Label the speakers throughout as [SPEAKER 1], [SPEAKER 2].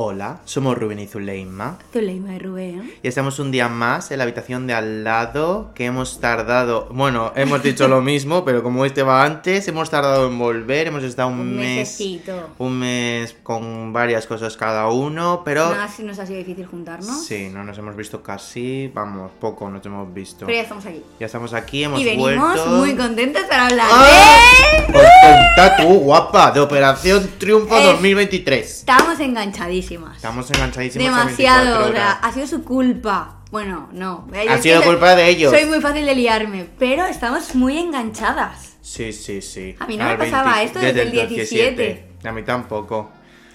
[SPEAKER 1] Hola, somos Rubén y Zuleima.
[SPEAKER 2] Zuleima y Rubén.
[SPEAKER 1] Y estamos un día más en la habitación de al lado, que hemos tardado, bueno, hemos dicho lo mismo, pero como este va antes, hemos tardado en volver, hemos estado un,
[SPEAKER 2] Un
[SPEAKER 1] mes,
[SPEAKER 2] mesecito.
[SPEAKER 1] un mes con varias cosas cada uno, pero
[SPEAKER 2] Nada, si nos ha sido difícil juntarnos.
[SPEAKER 1] sí, no nos hemos visto casi, vamos, poco nos hemos visto.
[SPEAKER 2] Pero ya estamos aquí.
[SPEAKER 1] Ya estamos aquí, hemos
[SPEAKER 2] y venimos
[SPEAKER 1] vuelto.
[SPEAKER 2] muy ¡Eh! contentos para hablar
[SPEAKER 1] ¡Ah!
[SPEAKER 2] de-
[SPEAKER 1] Contenta tú, guapa, de Operación Triunfo
[SPEAKER 2] Es-
[SPEAKER 1] 2023.
[SPEAKER 2] Estamos enganchadísimas.
[SPEAKER 1] Estamos enganchadísimos. a
[SPEAKER 2] Demasiado.
[SPEAKER 1] 24
[SPEAKER 2] O sea,
[SPEAKER 1] horas.
[SPEAKER 2] ha sido su culpa. Bueno, no.
[SPEAKER 1] Ha
[SPEAKER 2] Es
[SPEAKER 1] sido
[SPEAKER 2] que soy-
[SPEAKER 1] culpa de ellos.
[SPEAKER 2] Soy muy fácil de liarme, pero estamos muy enganchadas.
[SPEAKER 1] Sí, sí, sí.
[SPEAKER 2] A mí no me
[SPEAKER 1] Al
[SPEAKER 2] pasaba esto desde el 17.
[SPEAKER 1] A mí tampoco.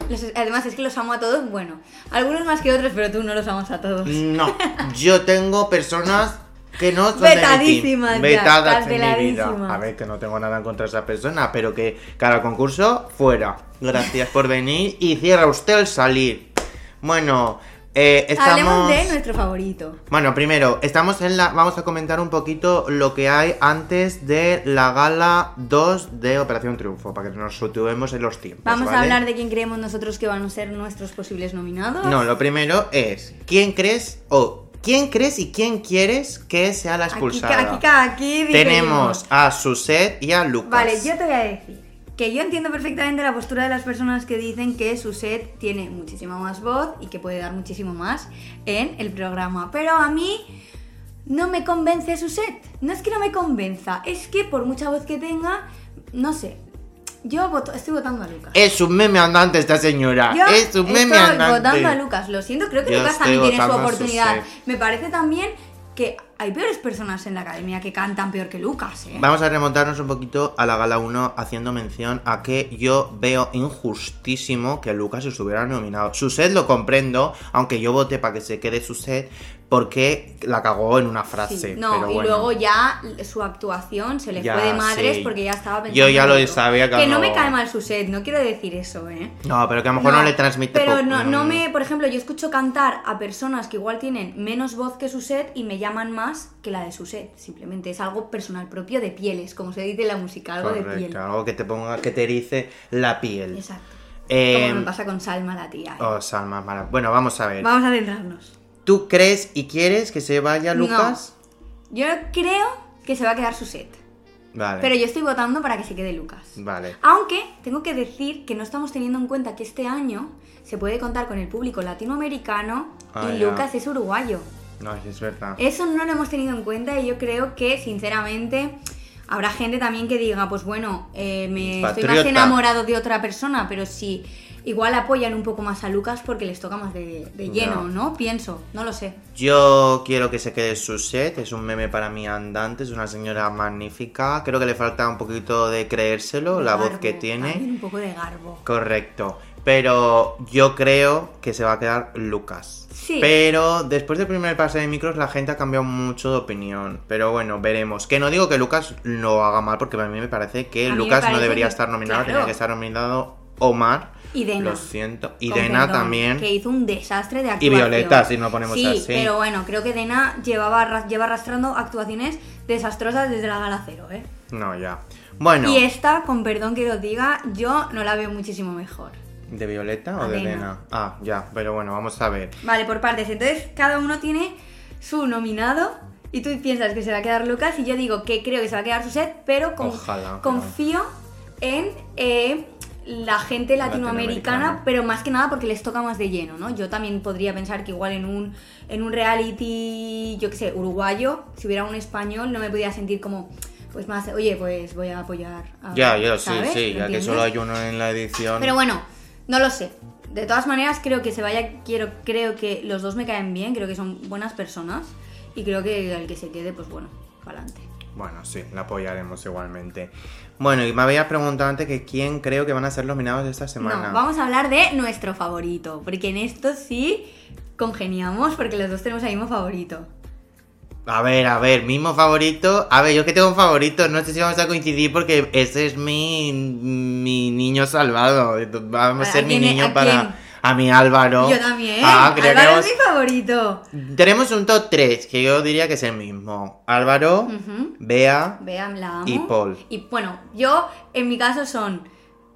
[SPEAKER 2] Los- además, es que los amo a todos. Bueno, algunos más que otros, pero tú no los amas a todos.
[SPEAKER 1] No, yo tengo personas que no son de
[SPEAKER 2] Vetadísimas ya,
[SPEAKER 1] mi team. Vetadas en mi vida.
[SPEAKER 2] canceladísimas.
[SPEAKER 1] A ver, que no tengo nada en contra de esa persona, pero que cada concurso fuera. Gracias por venir y cierra usted el salir. Bueno, eh, estamos...
[SPEAKER 2] Hablemos de nuestro favorito.
[SPEAKER 1] Bueno, primero, estamos en la. Vamos a comentar un poquito lo que hay antes de la gala 2 de Operación Triunfo, para que nos situemos en los tiempos.
[SPEAKER 2] Vamos
[SPEAKER 1] ¿vale?
[SPEAKER 2] a hablar de quién creemos nosotros que van a ser nuestros posibles nominados.
[SPEAKER 1] No, lo primero es ¿quién crees o quién crees y quién quieres que sea la
[SPEAKER 2] Aquí-
[SPEAKER 1] expulsada?
[SPEAKER 2] Aquí, aquí, diferimos.
[SPEAKER 1] Tenemos a Suset y a Lucas.
[SPEAKER 2] Vale, yo te voy a decir que yo entiendo perfectamente la postura de las personas que dicen que su set tiene muchísima más voz y que puede dar muchísimo más en el programa. Pero a mí no me convence su set. No es que no me convenza, es que por mucha voz que tenga, no sé. Yo voto- estoy votando a Lucas.
[SPEAKER 1] Es un meme andante esta señora.
[SPEAKER 2] Yo
[SPEAKER 1] Ah, es un meme
[SPEAKER 2] estoy
[SPEAKER 1] andante.
[SPEAKER 2] votando a Lucas, lo siento, creo que
[SPEAKER 1] Yo
[SPEAKER 2] Lucas
[SPEAKER 1] estoy
[SPEAKER 2] también tiene su
[SPEAKER 1] votando a
[SPEAKER 2] oportunidad.
[SPEAKER 1] Suse.
[SPEAKER 2] Me parece también que hay peores personas en la academia que cantan peor que Lucas, ¿eh?
[SPEAKER 1] Vamos a remontarnos un poquito a la gala 1 haciendo mención a que yo veo injustísimo que Lucas estuviera nominado. Su set lo comprendo, aunque yo voté para que se quede su set porque la cagó en una frase.
[SPEAKER 2] Sí, no,
[SPEAKER 1] pero
[SPEAKER 2] y
[SPEAKER 1] bueno.
[SPEAKER 2] luego ya su actuación se le
[SPEAKER 1] Ya,
[SPEAKER 2] fue de madres
[SPEAKER 1] sí.
[SPEAKER 2] porque ya estaba pensando.
[SPEAKER 1] Yo ya
[SPEAKER 2] en
[SPEAKER 1] lo
[SPEAKER 2] otro.
[SPEAKER 1] sabía que
[SPEAKER 2] Que no
[SPEAKER 1] no-
[SPEAKER 2] me cae mal su set, no quiero decir eso, ¿eh?
[SPEAKER 1] No, pero que a lo mejor no, le transmite
[SPEAKER 2] Pero
[SPEAKER 1] po-
[SPEAKER 2] no, no
[SPEAKER 1] mm.
[SPEAKER 2] me. Por ejemplo, yo escucho cantar a personas que igual tienen menos voz que su set y me llaman más que la de su set. Simplemente es algo personal propio de pieles, como se dice en la música, algo de piel.
[SPEAKER 1] Correcto, algo que te ponga, que te erice la piel.
[SPEAKER 2] Exacto.
[SPEAKER 1] Eh,
[SPEAKER 2] como me pasa con Salma, la tía. ¿eh?
[SPEAKER 1] oh, Salma, mara- Bueno, vamos a ver.
[SPEAKER 2] Vamos a adentrarnos.
[SPEAKER 1] ¿Tú crees y quieres que se vaya Lucas?
[SPEAKER 2] No, yo creo que se va a quedar su set.
[SPEAKER 1] Vale.
[SPEAKER 2] Pero yo estoy votando para que se quede Lucas.
[SPEAKER 1] Vale.
[SPEAKER 2] Aunque tengo que decir que no estamos teniendo en cuenta que este año se puede contar con el público latinoamericano
[SPEAKER 1] Ah,
[SPEAKER 2] y
[SPEAKER 1] ya.
[SPEAKER 2] Lucas es uruguayo.
[SPEAKER 1] No, es verdad.
[SPEAKER 2] Eso no lo hemos tenido en cuenta y yo creo que, sinceramente, habrá gente también que diga, pues bueno, eh, me estoy más
[SPEAKER 1] Patriota.
[SPEAKER 2] enamorado de otra persona, pero si igual apoyan un poco más a Lucas porque les toca más de, de lleno,
[SPEAKER 1] Ya.
[SPEAKER 2] ¿no? Pienso, no lo sé.
[SPEAKER 1] Yo quiero que se quede su set, es un meme para mí andante, es una señora magnífica. Creo que le falta un poquito de creérselo, la voz
[SPEAKER 2] Garbo,
[SPEAKER 1] que tiene.
[SPEAKER 2] también Un poco de garbo.
[SPEAKER 1] Correcto. Pero yo creo que se va a quedar Lucas.
[SPEAKER 2] Sí.
[SPEAKER 1] Pero después del primer pase de micros la gente ha cambiado mucho de opinión. Pero bueno, veremos. Que no digo que Lucas lo haga mal, porque a mí me parece que
[SPEAKER 2] A mí me
[SPEAKER 1] Lucas no
[SPEAKER 2] parece
[SPEAKER 1] debería
[SPEAKER 2] que-
[SPEAKER 1] estar nominado,
[SPEAKER 2] claro.
[SPEAKER 1] tenía que estar nominado Omar.
[SPEAKER 2] Y Dena.
[SPEAKER 1] Lo siento. Y
[SPEAKER 2] con
[SPEAKER 1] Dena
[SPEAKER 2] perdón,
[SPEAKER 1] también.
[SPEAKER 2] Que hizo un desastre de
[SPEAKER 1] Y
[SPEAKER 2] actuación.
[SPEAKER 1] Violeta, si no ponemos
[SPEAKER 2] sí,
[SPEAKER 1] así.
[SPEAKER 2] pero bueno, creo que Dena llevaba, arra- lleva arrastrando actuaciones desastrosas desde la gala cero, ¿eh?
[SPEAKER 1] No, ya. Bueno,
[SPEAKER 2] Y esta, con perdón que os diga, yo no la veo muchísimo mejor.
[SPEAKER 1] ¿de Violeta o
[SPEAKER 2] A
[SPEAKER 1] de
[SPEAKER 2] Dena.
[SPEAKER 1] Elena? Ah, ya. Pero bueno, vamos a ver.
[SPEAKER 2] Vale, por partes. Entonces, cada uno tiene su nominado. Y tú piensas que se va a quedar Lucas y yo digo que creo que se va a quedar su set, pero con-
[SPEAKER 1] Ojalá,
[SPEAKER 2] confío en eh, la gente latinoamericana,
[SPEAKER 1] Latinoamericana.
[SPEAKER 2] pero más que nada porque les toca más de lleno, ¿no? Yo también podría pensar que igual en un, en un reality, yo qué sé, uruguayo, si hubiera un español, no me podía sentir como, pues más, oye, pues voy a apoyar a...
[SPEAKER 1] Ya, yo sí,
[SPEAKER 2] ¿sabes?
[SPEAKER 1] sí. Ya que
[SPEAKER 2] ¿Entiendes?
[SPEAKER 1] solo hay uno en la edición.
[SPEAKER 2] Pero bueno, no lo sé. De todas maneras, creo que se vaya. Quiero, creo que los dos me caen bien, creo que son buenas personas. Y creo que el que se quede, pues bueno, para adelante.
[SPEAKER 1] Bueno, sí, la apoyaremos igualmente. Bueno, y me habías preguntado antes que quién creo que van a ser los nominados esta semana.
[SPEAKER 2] No, vamos a hablar de nuestro favorito. Porque en esto sí congeniamos, porque los dos tenemos el mismo favorito.
[SPEAKER 1] A ver, a ver, mismo favorito. A ver, yo que tengo un favorito, no sé si vamos a coincidir porque ese es mi, mi niño salvado. Vamos a
[SPEAKER 2] ¿A
[SPEAKER 1] ser mi
[SPEAKER 2] quién es-
[SPEAKER 1] niño
[SPEAKER 2] a
[SPEAKER 1] para...
[SPEAKER 2] quién?
[SPEAKER 1] A mi Álvaro.
[SPEAKER 2] Yo también.
[SPEAKER 1] Ah, creo que
[SPEAKER 2] Álvaro
[SPEAKER 1] vamos-
[SPEAKER 2] es mi favorito.
[SPEAKER 1] Tenemos un top 3, que yo diría que es el mismo. Álvaro,
[SPEAKER 2] Ujú.
[SPEAKER 1] Bea...
[SPEAKER 2] Vean, la amo.
[SPEAKER 1] Y Paul.
[SPEAKER 2] Y bueno, yo, en mi caso son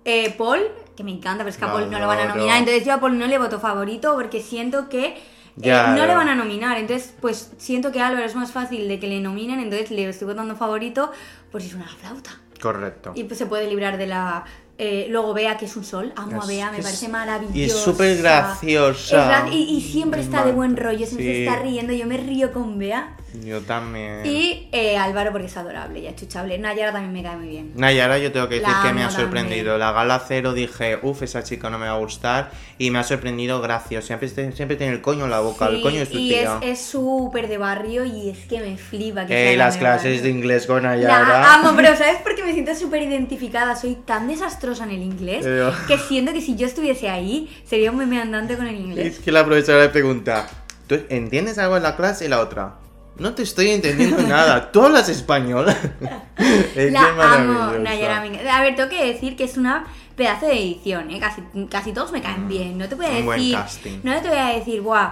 [SPEAKER 2] eh, Paul, que me encanta, pero es que a
[SPEAKER 1] No,
[SPEAKER 2] Paul no,
[SPEAKER 1] no,
[SPEAKER 2] lo van a
[SPEAKER 1] no.
[SPEAKER 2] nominar. Entonces yo a Paul no le voto favorito porque siento que eh,
[SPEAKER 1] Ya,
[SPEAKER 2] no
[SPEAKER 1] ya.
[SPEAKER 2] le van a nominar. Entonces, pues siento que a Álvaro es más fácil de que le nominen, entonces le estoy votando favorito por si es una flauta.
[SPEAKER 1] Correcto.
[SPEAKER 2] Y pues se puede librar de la. eh, luego Bea, que es un sol. Amo a
[SPEAKER 1] Es
[SPEAKER 2] Bea,
[SPEAKER 1] que
[SPEAKER 2] me
[SPEAKER 1] es-
[SPEAKER 2] parece maravillosa.
[SPEAKER 1] y es súper graciosa.
[SPEAKER 2] Es gra- y, y siempre
[SPEAKER 1] Es
[SPEAKER 2] está de
[SPEAKER 1] mal-
[SPEAKER 2] buen rollo, siempre se
[SPEAKER 1] sí.
[SPEAKER 2] está riendo. Yo me río con Bea.
[SPEAKER 1] Yo también.
[SPEAKER 2] Y eh, Álvaro, porque es adorable y achuchable. Nayara también me cae muy bien.
[SPEAKER 1] Nayara, yo tengo que decir
[SPEAKER 2] La
[SPEAKER 1] que me ha
[SPEAKER 2] amo
[SPEAKER 1] sorprendido. La gala cero dije, uff, esa chica no me va a gustar. Y me ha sorprendido, gracias. Siempre, te- siempre tiene el coño en la boca, el
[SPEAKER 2] Sí,
[SPEAKER 1] coño es tu
[SPEAKER 2] y
[SPEAKER 1] tía.
[SPEAKER 2] es- es súper de barrio y es que me flipa. Que
[SPEAKER 1] Ey,
[SPEAKER 2] sea la
[SPEAKER 1] las
[SPEAKER 2] de
[SPEAKER 1] clases
[SPEAKER 2] barrio.
[SPEAKER 1] de inglés con Nayara.
[SPEAKER 2] La amo, pero ¿sabes por qué me siento súper identificada? Soy tan desastrosa en el inglés
[SPEAKER 1] Yo.
[SPEAKER 2] que siento que si yo estuviese ahí sería un meme andante con el
[SPEAKER 1] Es
[SPEAKER 2] inglés.
[SPEAKER 1] que la profesora le pregunta, ¿tú entiendes algo en la clase? Y la otra, no te estoy entendiendo nada, ¿tú hablas español? es que es
[SPEAKER 2] La amo,
[SPEAKER 1] maravillosa.
[SPEAKER 2] Nayara Minguez. A ver, tengo que decir que es una pedazo de edición, ¿eh? Casi, casi todos me caen bien. No te voy a
[SPEAKER 1] Mm, un buen
[SPEAKER 2] decir.
[SPEAKER 1] casting.
[SPEAKER 2] No te voy a decir, guau.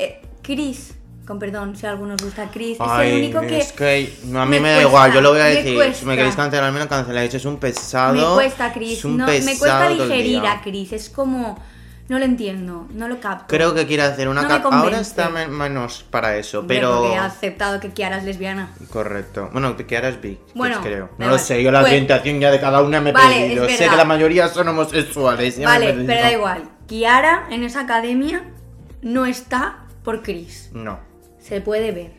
[SPEAKER 2] eh, Chris, con perdón, si a algunos gusta Chris, es
[SPEAKER 1] Ay,
[SPEAKER 2] el único que.
[SPEAKER 1] es que a mí
[SPEAKER 2] me
[SPEAKER 1] me, da
[SPEAKER 2] cuesta,
[SPEAKER 1] igual, yo lo voy a
[SPEAKER 2] me
[SPEAKER 1] decir. si
[SPEAKER 2] cuesta.
[SPEAKER 1] me queréis cancelar, me lo canceláis. Es un pesado.
[SPEAKER 2] me cuesta Chris.
[SPEAKER 1] Es un
[SPEAKER 2] no, me cuesta
[SPEAKER 1] pesado todo el
[SPEAKER 2] digerir
[SPEAKER 1] día.
[SPEAKER 2] a Chris. Es como. No lo entiendo, no lo capto.
[SPEAKER 1] Creo que quiere hacer una
[SPEAKER 2] No me
[SPEAKER 1] capa. Ahora
[SPEAKER 2] convence.
[SPEAKER 1] está men- menos para eso,
[SPEAKER 2] Hombre,
[SPEAKER 1] pero.
[SPEAKER 2] Porque ha aceptado que Kiara es lesbiana.
[SPEAKER 1] Correcto. Bueno, que ahora es bi,
[SPEAKER 2] Bueno,
[SPEAKER 1] creo.
[SPEAKER 2] da
[SPEAKER 1] No lo
[SPEAKER 2] igual.
[SPEAKER 1] sé, yo la
[SPEAKER 2] Pues-
[SPEAKER 1] orientación ya de cada una me he
[SPEAKER 2] Vale,
[SPEAKER 1] perdido.
[SPEAKER 2] es
[SPEAKER 1] Sé
[SPEAKER 2] verdad.
[SPEAKER 1] que la mayoría son homosexuales. ya me he
[SPEAKER 2] Vale,
[SPEAKER 1] perdido.
[SPEAKER 2] pero da igual. Kiara en esa academia no está por Chris.
[SPEAKER 1] No,
[SPEAKER 2] Se puede ver.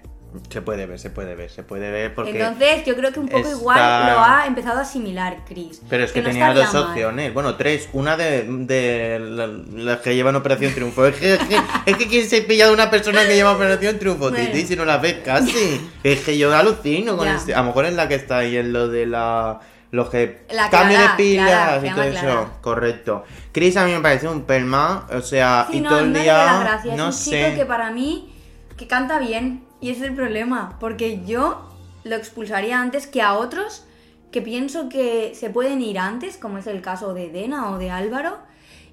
[SPEAKER 1] se puede ver, se puede ver, se puede ver porque...
[SPEAKER 2] Entonces, yo creo que un poco
[SPEAKER 1] está-
[SPEAKER 2] igual lo ha empezado a asimilar Chris.
[SPEAKER 1] Pero es que,
[SPEAKER 2] no
[SPEAKER 1] tenía
[SPEAKER 2] estaría
[SPEAKER 1] dos
[SPEAKER 2] mal.
[SPEAKER 1] opciones, bueno, tres. Una de, de la- las que llevan Operación Triunfo. Es que, es que, es que quién se pilla de una persona que lleva Operación Triunfo,
[SPEAKER 2] Bueno.
[SPEAKER 1] Titi, si no la ves casi. Es que yo alucino con
[SPEAKER 2] Ya.
[SPEAKER 1] este. A lo mejor es la que está ahí en lo de la. Los que
[SPEAKER 2] La
[SPEAKER 1] cambio de
[SPEAKER 2] Clara,
[SPEAKER 1] pilas
[SPEAKER 2] Clara, se
[SPEAKER 1] y
[SPEAKER 2] llama
[SPEAKER 1] todo
[SPEAKER 2] Clara.
[SPEAKER 1] eso. Correcto. Chris a mí me parece un pelma, o sea,
[SPEAKER 2] Sí,
[SPEAKER 1] y
[SPEAKER 2] no,
[SPEAKER 1] todo el
[SPEAKER 2] no le
[SPEAKER 1] día.
[SPEAKER 2] veo la gracia.
[SPEAKER 1] no
[SPEAKER 2] es un
[SPEAKER 1] sé.
[SPEAKER 2] chico que para mí que canta bien y ese es el problema, porque yo lo expulsaría antes que a otros que pienso que se pueden ir antes, como es el caso de Dena o de Álvaro,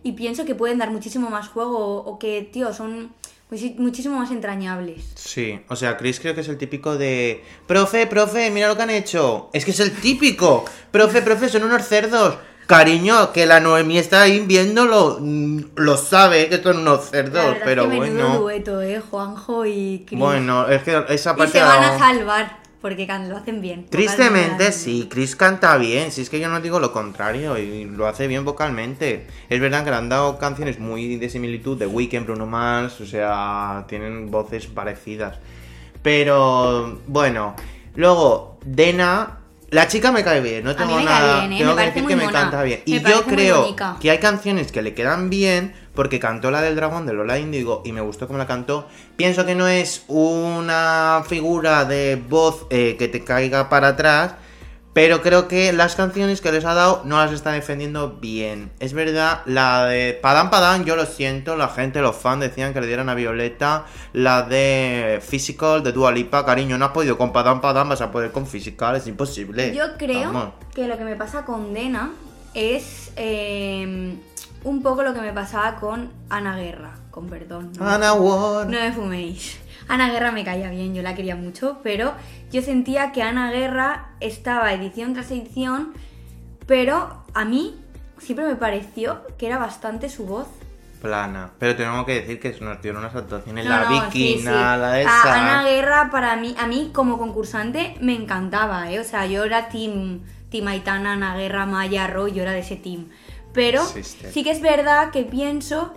[SPEAKER 2] y pienso que pueden dar muchísimo más juego o, o que, tío, son muchi- muchísimo más entrañables.
[SPEAKER 1] Sí, o sea, Chris creo que es el típico de. Profe, profe, mira lo que han hecho. Es que es el típico. Profe, profe, son unos cerdos. Cariño, que la Noemí está ahí viéndolo. mm, Lo sabe que son unos
[SPEAKER 2] La
[SPEAKER 1] cerdos,
[SPEAKER 2] verdad
[SPEAKER 1] pero
[SPEAKER 2] es que menudo
[SPEAKER 1] bueno.
[SPEAKER 2] dueto, eh, Juanjo y Cris.
[SPEAKER 1] Bueno, es que esa
[SPEAKER 2] y
[SPEAKER 1] parte.
[SPEAKER 2] se van a
[SPEAKER 1] no.
[SPEAKER 2] salvar porque can- lo hacen bien.
[SPEAKER 1] Tristemente
[SPEAKER 2] vocalmente.
[SPEAKER 1] sí, Chris canta bien, si es que yo no digo lo contrario, y lo hace bien vocalmente. Es verdad que le han dado canciones muy de similitud, de Weekend, Bruno Mars, o sea, tienen voces parecidas. Pero bueno, luego, Dena, la chica me cae bien, no tengo
[SPEAKER 2] mí me cae
[SPEAKER 1] nada,
[SPEAKER 2] bien, ¿eh?
[SPEAKER 1] tengo
[SPEAKER 2] Me
[SPEAKER 1] que
[SPEAKER 2] parece
[SPEAKER 1] decir
[SPEAKER 2] muy
[SPEAKER 1] que me
[SPEAKER 2] mona.
[SPEAKER 1] canta bien. Y
[SPEAKER 2] Me
[SPEAKER 1] yo
[SPEAKER 2] parece muy
[SPEAKER 1] creo
[SPEAKER 2] bonica.
[SPEAKER 1] que hay canciones que le quedan bien, porque cantó la del dragón de Lola Índigo y me gustó cómo la cantó. Pienso que no es una figura de voz eh, que te caiga para atrás, pero creo que las canciones que les ha dado no las está defendiendo bien. Es verdad, la de Padán Padán, yo lo siento, la gente, los fans decían que le dieran a Violeta. La de Physical, de Dua Lipa, cariño, no has podido con Padán Padán, vas a poder con Physical, es imposible.
[SPEAKER 2] Yo creo
[SPEAKER 1] Vamos.
[SPEAKER 2] que lo que me pasa con Dena es eh, un poco lo que me pasaba con Ana Guerra, con perdón. ¿no?
[SPEAKER 1] Ana Ward.
[SPEAKER 2] No me fuméis. Ana Guerra me caía bien, yo la quería mucho, pero yo sentía que Ana Guerra estaba edición tras edición, pero a mí siempre me pareció que era bastante su voz.
[SPEAKER 1] plana. Pero tenemos que decir que nos dieron unas actuaciones.
[SPEAKER 2] No,
[SPEAKER 1] la
[SPEAKER 2] no, sí, sí.
[SPEAKER 1] Bikina, la de
[SPEAKER 2] A-
[SPEAKER 1] esa.
[SPEAKER 2] Ana Guerra para mí, a mí como concursante me encantaba, ¿eh? O sea, yo era team, team Aitana, Ana Guerra, Maya, Arroyo, yo era de ese team. Pero
[SPEAKER 1] Sister.
[SPEAKER 2] sí que es verdad que pienso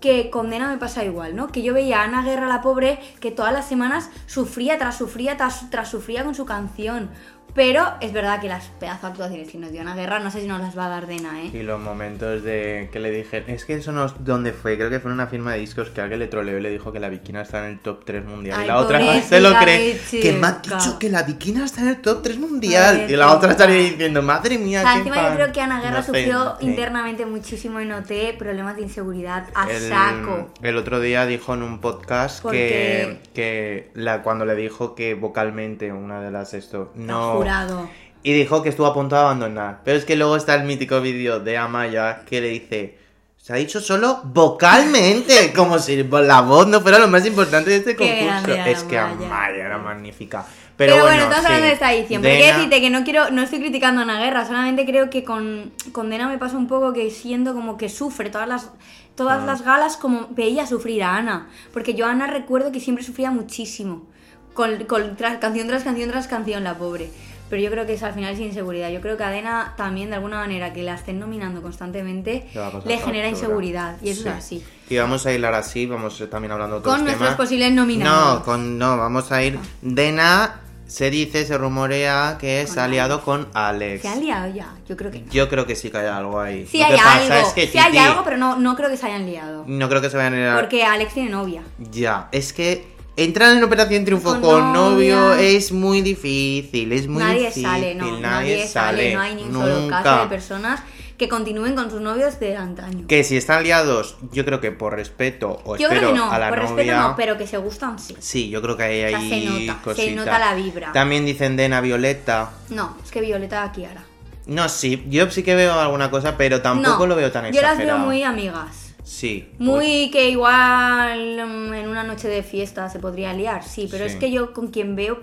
[SPEAKER 2] que con Dena me pasa igual, ¿no? Que yo veía a Ana Guerra, la pobre, que todas las semanas sufría, tras sufría, tras, tras sufría con su canción. Pero es verdad que las pedazo de actuaciones que nos dio Ana Guerra, no sé si nos las va a dar Dena, ¿eh?
[SPEAKER 1] Y los momentos de que le dije, es que eso no es donde fue, creo que fue en una firma de discos que alguien le troleó y le dijo que la Bikina está en el top 3 mundial.
[SPEAKER 2] Ay,
[SPEAKER 1] y la otra no
[SPEAKER 2] pobrecita
[SPEAKER 1] se lo cree.
[SPEAKER 2] mi
[SPEAKER 1] Que me ha
[SPEAKER 2] chica.
[SPEAKER 1] dicho que la Bikina está en el top 3 mundial. y la
[SPEAKER 2] Pobrecita.
[SPEAKER 1] otra estaría diciendo, madre mía,
[SPEAKER 2] O sea,
[SPEAKER 1] qué
[SPEAKER 2] Ah, encima yo
[SPEAKER 1] fan".
[SPEAKER 2] creo que Ana Guerra
[SPEAKER 1] No sé,
[SPEAKER 2] sufrió
[SPEAKER 1] no sé.
[SPEAKER 2] internamente muchísimo y noté problemas de inseguridad a
[SPEAKER 1] El-
[SPEAKER 2] saco.
[SPEAKER 1] El otro día dijo en un podcast que,
[SPEAKER 2] Porque-
[SPEAKER 1] que la, cuando le dijo que vocalmente una de las esto no,
[SPEAKER 2] Jurado.
[SPEAKER 1] Y dijo que estuvo a punto de abandonar. Pero es que luego está el mítico vídeo de Amaya que le dice. Se ha dicho solo vocalmente, como si la voz no fuera lo más importante de este
[SPEAKER 2] Qué
[SPEAKER 1] concurso.
[SPEAKER 2] grande
[SPEAKER 1] Es que
[SPEAKER 2] Amaya.
[SPEAKER 1] Amaya era magnífica.
[SPEAKER 2] Pero, bueno, estamos hablando de esta edición. Porque quiero decirte que no quiero, no estoy criticando a Ana Guerra, solamente creo que con, con Dena me pasa un poco que siendo como que sufre todas las todas
[SPEAKER 1] Ah.
[SPEAKER 2] las galas como veía sufrir a Ana. Porque yo a Ana recuerdo que siempre sufría muchísimo. Con, con tras- canción tras canción tras canción, la pobre. Pero yo creo que es al final es inseguridad. Yo creo que a Dena también, de alguna manera, que la estén nominando constantemente,
[SPEAKER 1] Le va a pasar
[SPEAKER 2] le
[SPEAKER 1] factura.
[SPEAKER 2] genera inseguridad. Y eso
[SPEAKER 1] Sí.
[SPEAKER 2] es así.
[SPEAKER 1] Y vamos a hilar así, vamos también hablando de otros
[SPEAKER 2] Con nuestros
[SPEAKER 1] temas.
[SPEAKER 2] posibles nominados.
[SPEAKER 1] No, con, no, vamos a ir. Dena se dice, se rumorea que
[SPEAKER 2] Con
[SPEAKER 1] se ha liado con Alex.
[SPEAKER 2] ¿Se ha liado ya? Yo creo que no.
[SPEAKER 1] Yo creo que sí que hay algo ahí.
[SPEAKER 2] Sí
[SPEAKER 1] Lo que
[SPEAKER 2] hay
[SPEAKER 1] pasa
[SPEAKER 2] algo,
[SPEAKER 1] es que
[SPEAKER 2] sí hay
[SPEAKER 1] Titi
[SPEAKER 2] algo, pero no, no creo que se hayan liado.
[SPEAKER 1] No creo que se vayan a liar.
[SPEAKER 2] Porque Alex tiene novia.
[SPEAKER 1] Ya, es que entrar en Operación Triunfo
[SPEAKER 2] Con
[SPEAKER 1] con, novio
[SPEAKER 2] novia.
[SPEAKER 1] es muy difícil, es muy
[SPEAKER 2] nadie
[SPEAKER 1] difícil.
[SPEAKER 2] sale, no, nadie, sale, no hay ni un solo
[SPEAKER 1] nunca.
[SPEAKER 2] caso de personas que continúen con sus novios de antaño.
[SPEAKER 1] Que si están liados, yo creo que por respeto o
[SPEAKER 2] Yo
[SPEAKER 1] espero
[SPEAKER 2] creo que no,
[SPEAKER 1] Pues a la
[SPEAKER 2] por
[SPEAKER 1] novia.
[SPEAKER 2] respeto no, pero que se gustan sí.
[SPEAKER 1] Sí, yo creo que hay
[SPEAKER 2] sea,
[SPEAKER 1] ahí
[SPEAKER 2] se nota, se
[SPEAKER 1] cosita.
[SPEAKER 2] nota la vibra.
[SPEAKER 1] También dicen Dena Violeta.
[SPEAKER 2] No, es que Violeta a Kiara.
[SPEAKER 1] No, sí, yo sí que veo alguna cosa, pero tampoco
[SPEAKER 2] no,
[SPEAKER 1] lo veo tan
[SPEAKER 2] Yo las
[SPEAKER 1] exagerado.
[SPEAKER 2] veo muy amigas.
[SPEAKER 1] Sí.
[SPEAKER 2] Muy que igual mm, en una noche de fiesta se podría liar, sí, pero
[SPEAKER 1] Sí.
[SPEAKER 2] es que yo con quien veo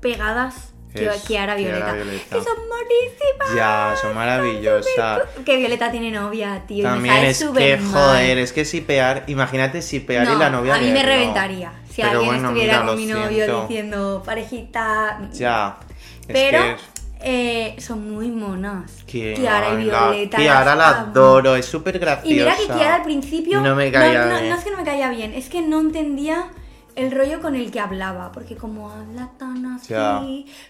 [SPEAKER 2] pegadas que
[SPEAKER 1] Es Kiara
[SPEAKER 2] Kiara Violeta,
[SPEAKER 1] Violeta.
[SPEAKER 2] que son monísimas.
[SPEAKER 1] pues, Ya, son maravillosas.
[SPEAKER 2] Que Violeta tiene novia, tío. y me
[SPEAKER 1] También
[SPEAKER 2] sabe
[SPEAKER 1] es que,
[SPEAKER 2] súper mal.
[SPEAKER 1] joder, es que sipear, imagínate sipear y
[SPEAKER 2] No,
[SPEAKER 1] la novia
[SPEAKER 2] a mí
[SPEAKER 1] de
[SPEAKER 2] me
[SPEAKER 1] él, no.
[SPEAKER 2] reventaría si
[SPEAKER 1] Pero
[SPEAKER 2] alguien
[SPEAKER 1] bueno,
[SPEAKER 2] estuviera
[SPEAKER 1] mira,
[SPEAKER 2] con
[SPEAKER 1] lo
[SPEAKER 2] mi novio
[SPEAKER 1] siento.
[SPEAKER 2] diciendo parejita.
[SPEAKER 1] Ya. es
[SPEAKER 2] Pero
[SPEAKER 1] que-
[SPEAKER 2] eh, son muy monas.
[SPEAKER 1] que
[SPEAKER 2] Kiara y
[SPEAKER 1] ay, la-
[SPEAKER 2] Violeta.
[SPEAKER 1] Kiara
[SPEAKER 2] las
[SPEAKER 1] la
[SPEAKER 2] amo.
[SPEAKER 1] adoro, es súper graciosa.
[SPEAKER 2] Y mira que Kiara al principio.
[SPEAKER 1] No me caía
[SPEAKER 2] no, no,
[SPEAKER 1] bien.
[SPEAKER 2] no es que no me caía bien, es que no entendía el rollo con el que hablaba. Porque como habla tan así.
[SPEAKER 1] Ya.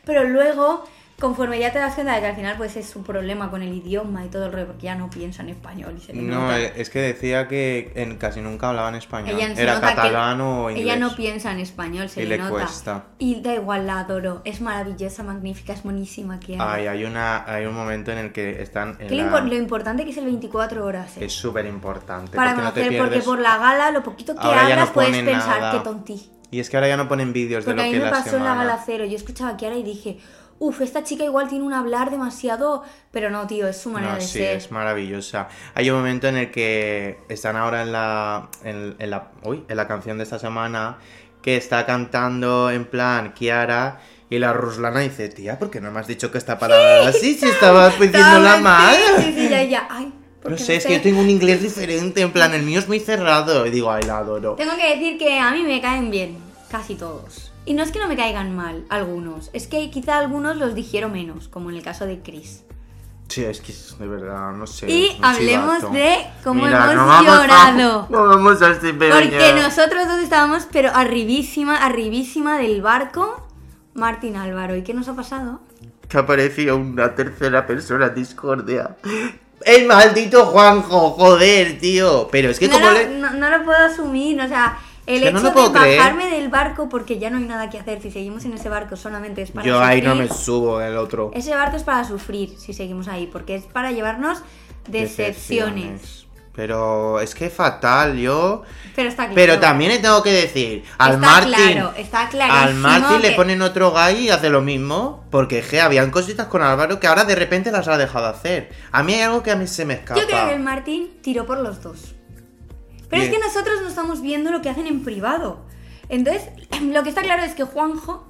[SPEAKER 2] Pero luego. Conforme ya te das cuenta de que al final pues es un problema con el idioma y todo el rollo, porque ya no piensa en español y se le
[SPEAKER 1] No, eh,
[SPEAKER 2] nota.
[SPEAKER 1] es que decía que en, casi nunca hablaba en español.
[SPEAKER 2] Ella se
[SPEAKER 1] Era
[SPEAKER 2] nota que
[SPEAKER 1] catalano o inglés.
[SPEAKER 2] Ella no piensa en español, se
[SPEAKER 1] Y
[SPEAKER 2] le,
[SPEAKER 1] le
[SPEAKER 2] nota.
[SPEAKER 1] cuesta.
[SPEAKER 2] Y da igual, la adoro. Es maravillosa, magnífica, es buenísima. Kiara.
[SPEAKER 1] Ay, hay, una, hay un momento en el que están. En
[SPEAKER 2] Que lo,
[SPEAKER 1] la-
[SPEAKER 2] impor- lo importante que es el 24 horas. eh,
[SPEAKER 1] Es súper importante.
[SPEAKER 2] Para
[SPEAKER 1] porque no te
[SPEAKER 2] conocer, porque
[SPEAKER 1] pierdes-
[SPEAKER 2] por la gala, lo poquito que
[SPEAKER 1] Ahora ya no
[SPEAKER 2] hablas, puedes
[SPEAKER 1] ponen
[SPEAKER 2] pensar
[SPEAKER 1] nada.
[SPEAKER 2] que tontí.
[SPEAKER 1] Y es que ahora ya no ponen vídeos de
[SPEAKER 2] Porque
[SPEAKER 1] lo
[SPEAKER 2] a mí
[SPEAKER 1] que
[SPEAKER 2] me
[SPEAKER 1] la
[SPEAKER 2] pasó en la
[SPEAKER 1] semana.
[SPEAKER 2] gala cero. Yo escuchaba a Kiara y dije, uff, esta chica igual tiene un hablar demasiado. Pero no, tío, es su manera
[SPEAKER 1] No,
[SPEAKER 2] de
[SPEAKER 1] sí,
[SPEAKER 2] ser.
[SPEAKER 1] es maravillosa. Hay un momento en el que están ahora en la, en, en la, uy, en la canción de esta semana que está cantando en plan Kiara y la Ruslana dice, tía, ¿por qué no me has dicho que esta palabra así? Si estabas diciéndola
[SPEAKER 2] la
[SPEAKER 1] mal.
[SPEAKER 2] Sí, sí, ya, ya. Ay, ¿por
[SPEAKER 1] No
[SPEAKER 2] qué
[SPEAKER 1] sé, es que yo tengo un inglés diferente, en plan, el mío es muy cerrado. Y digo, ay, la adoro.
[SPEAKER 2] Tengo que decir que a mí me caen bien, casi todos. Y no es que no me caigan mal algunos, es que quizá algunos los dijeron menos, como en el caso de Chris.
[SPEAKER 1] Sí, es que es de verdad, no sé.
[SPEAKER 2] Y
[SPEAKER 1] es un
[SPEAKER 2] hablemos
[SPEAKER 1] chivato.
[SPEAKER 2] de cómo
[SPEAKER 1] Mira,
[SPEAKER 2] hemos
[SPEAKER 1] no vamos a-
[SPEAKER 2] llorado.
[SPEAKER 1] no vamos a este
[SPEAKER 2] Porque
[SPEAKER 1] pequeño.
[SPEAKER 2] nosotros dos estábamos, pero arribísima, arribísima del barco, Martín Álvaro. ¿Y qué nos ha pasado?
[SPEAKER 1] que apareció una tercera persona discordia. El maldito Juanjo, joder, tío. Pero es que
[SPEAKER 2] no,
[SPEAKER 1] como
[SPEAKER 2] lo,
[SPEAKER 1] le...
[SPEAKER 2] no- no lo puedo asumir, o sea, el
[SPEAKER 1] Es que
[SPEAKER 2] hecho
[SPEAKER 1] no lo puedo
[SPEAKER 2] de
[SPEAKER 1] creer.
[SPEAKER 2] bajarme del barco porque ya no hay nada que hacer. Si seguimos en ese barco solamente es para
[SPEAKER 1] Yo ahí no me
[SPEAKER 2] sufrir.
[SPEAKER 1] subo el otro.
[SPEAKER 2] Ese barco es para sufrir si seguimos ahí, porque es para llevarnos decepciones.
[SPEAKER 1] Decepciones. Pero es que fatal, yo.
[SPEAKER 2] Pero está claro.
[SPEAKER 1] Pero también le tengo que decir, al
[SPEAKER 2] Está
[SPEAKER 1] Martín.
[SPEAKER 2] claro, está clarísimo
[SPEAKER 1] Al Martín le
[SPEAKER 2] que-
[SPEAKER 1] ponen otro gay y hace lo mismo. Porque je, habían cositas con Álvaro que ahora de repente las ha dejado hacer. A mí hay algo que a mí se me escapa.
[SPEAKER 2] Yo creo que el Martín tiró por los dos. Pero es
[SPEAKER 1] Bien.
[SPEAKER 2] que nosotros no estamos viendo lo que hacen en privado. Entonces, lo que está claro es que Juanjo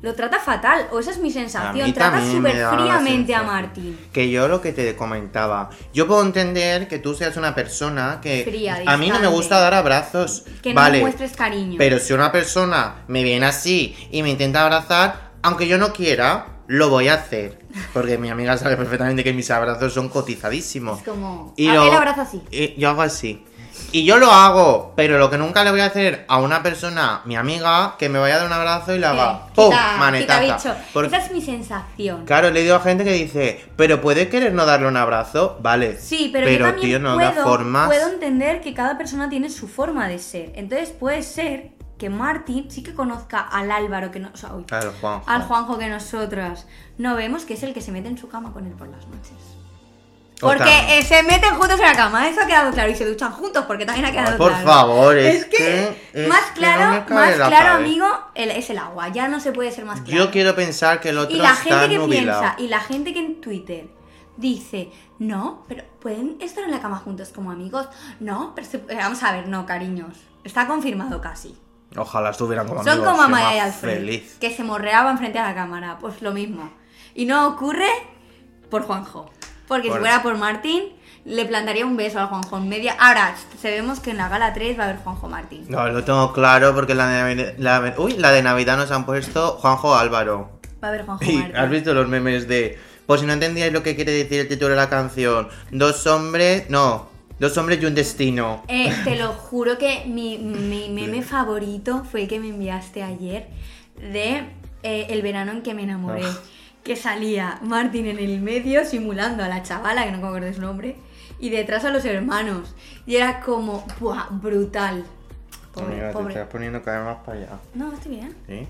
[SPEAKER 2] lo trata fatal, o esa es mi sensación. Trata
[SPEAKER 1] también me
[SPEAKER 2] súper
[SPEAKER 1] daba la
[SPEAKER 2] fríamente a
[SPEAKER 1] sensación.
[SPEAKER 2] Martín.
[SPEAKER 1] Que yo lo que te comentaba, yo puedo entender que tú seas una persona que
[SPEAKER 2] Fría,
[SPEAKER 1] a mí no me
[SPEAKER 2] distante.
[SPEAKER 1] gusta dar abrazos,
[SPEAKER 2] Que no
[SPEAKER 1] vale,
[SPEAKER 2] le muestres cariño.
[SPEAKER 1] pero si una persona me viene así y me intenta abrazar, aunque yo no quiera, lo voy a hacer, porque mi amiga sabe perfectamente que mis abrazos son cotizadísimos.
[SPEAKER 2] Es como.
[SPEAKER 1] Y
[SPEAKER 2] a-
[SPEAKER 1] lo-
[SPEAKER 2] Él abraza así.
[SPEAKER 1] y yo hago así. Y yo lo hago, pero lo que nunca le voy a hacer a una persona, mi amiga, que me vaya a dar un abrazo y le haga
[SPEAKER 2] Eh,
[SPEAKER 1] ¡pum!
[SPEAKER 2] quita-
[SPEAKER 1] manetata.
[SPEAKER 2] quita bicho.
[SPEAKER 1] Porque-
[SPEAKER 2] Esa es mi sensación.
[SPEAKER 1] Claro, le digo a gente que dice, pero puede querer no darle un abrazo, vale.
[SPEAKER 2] Sí, pero, yo también
[SPEAKER 1] tío, no
[SPEAKER 2] puedo,
[SPEAKER 1] da formas.
[SPEAKER 2] puedo entender que cada persona tiene su forma de ser. Entonces puede ser que Martín sí que conozca al Álvaro que no, o sea, uy,
[SPEAKER 1] Claro, Juan.
[SPEAKER 2] al Juanjo que nosotras no vemos, que es el que se mete en su cama con él por las noches.
[SPEAKER 1] O
[SPEAKER 2] Porque
[SPEAKER 1] tan-
[SPEAKER 2] eh, se meten juntos en la cama, eso ha quedado claro. Y se duchan juntos, porque también ha quedado
[SPEAKER 1] Ay, por
[SPEAKER 2] claro.
[SPEAKER 1] favor, es
[SPEAKER 2] es que,
[SPEAKER 1] que- es
[SPEAKER 2] más
[SPEAKER 1] que no me
[SPEAKER 2] claro,
[SPEAKER 1] cabe
[SPEAKER 2] más
[SPEAKER 1] la
[SPEAKER 2] claro,
[SPEAKER 1] cabeza.
[SPEAKER 2] amigo, el- es el agua. Ya no se puede ser más claro.
[SPEAKER 1] Yo quiero pensar que el otro
[SPEAKER 2] Y la
[SPEAKER 1] está
[SPEAKER 2] gente que
[SPEAKER 1] nubilado.
[SPEAKER 2] piensa, y la gente que en Twitter dice, no, pero pueden estar en la cama juntos como amigos. No, pero se- eh, vamos a ver, no, cariños. Está confirmado casi.
[SPEAKER 1] Ojalá estuvieran como
[SPEAKER 2] Son
[SPEAKER 1] amigos,
[SPEAKER 2] como
[SPEAKER 1] soy
[SPEAKER 2] Amaya y
[SPEAKER 1] más
[SPEAKER 2] Alfred,
[SPEAKER 1] Feliz.
[SPEAKER 2] que se morreaban frente a la cámara. Pues lo mismo. Y no ocurre por Juanjo. Porque
[SPEAKER 1] Por-
[SPEAKER 2] si fuera por Martín, le plantaría un beso al Juanjo en media. Ahora, sabemos que en la gala 3 va a haber Juanjo Martín.
[SPEAKER 1] No, lo tengo claro porque la de, Navi- la, uy, la de Navidad nos han puesto Juanjo Álvaro.
[SPEAKER 2] Va a haber Juanjo
[SPEAKER 1] Y
[SPEAKER 2] Martín.
[SPEAKER 1] has visto los memes de. Pues si no entendíais lo que quiere decir el título de la canción. Dos hombres. No. Dos hombres y un destino.
[SPEAKER 2] Eh, te lo juro que mi, mi meme favorito fue el que me enviaste ayer de eh, El verano en que me enamoré.
[SPEAKER 1] Ah.
[SPEAKER 2] Que salía Martín en el medio simulando a la chavala, que no me acuerdo su nombre, y detrás a los hermanos. Y era como, ¡buah! Brutal. Pobre,
[SPEAKER 1] Amiga,
[SPEAKER 2] pobre-
[SPEAKER 1] te estás poniendo cada vez más para allá.
[SPEAKER 2] No, estoy bien.
[SPEAKER 1] ¿Sí?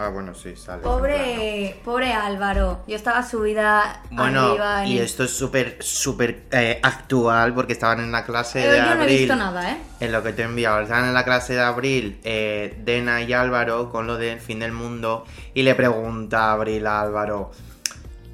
[SPEAKER 1] Ah, bueno, sí, sale. en
[SPEAKER 2] Pobre, pobre Álvaro. Yo estaba subida
[SPEAKER 1] plan. Bueno,
[SPEAKER 2] arriba
[SPEAKER 1] y
[SPEAKER 2] en
[SPEAKER 1] este
[SPEAKER 2] el-
[SPEAKER 1] esto es súper, súper eh, actual porque estaban en la clase
[SPEAKER 2] Eh,
[SPEAKER 1] de
[SPEAKER 2] yo no he
[SPEAKER 1] abril.
[SPEAKER 2] visto nada, ¿eh?
[SPEAKER 1] En lo que te he enviado, estaban en la clase de abril eh, Dena y Álvaro con lo del fin del mundo y le pregunta a Abril a Álvaro,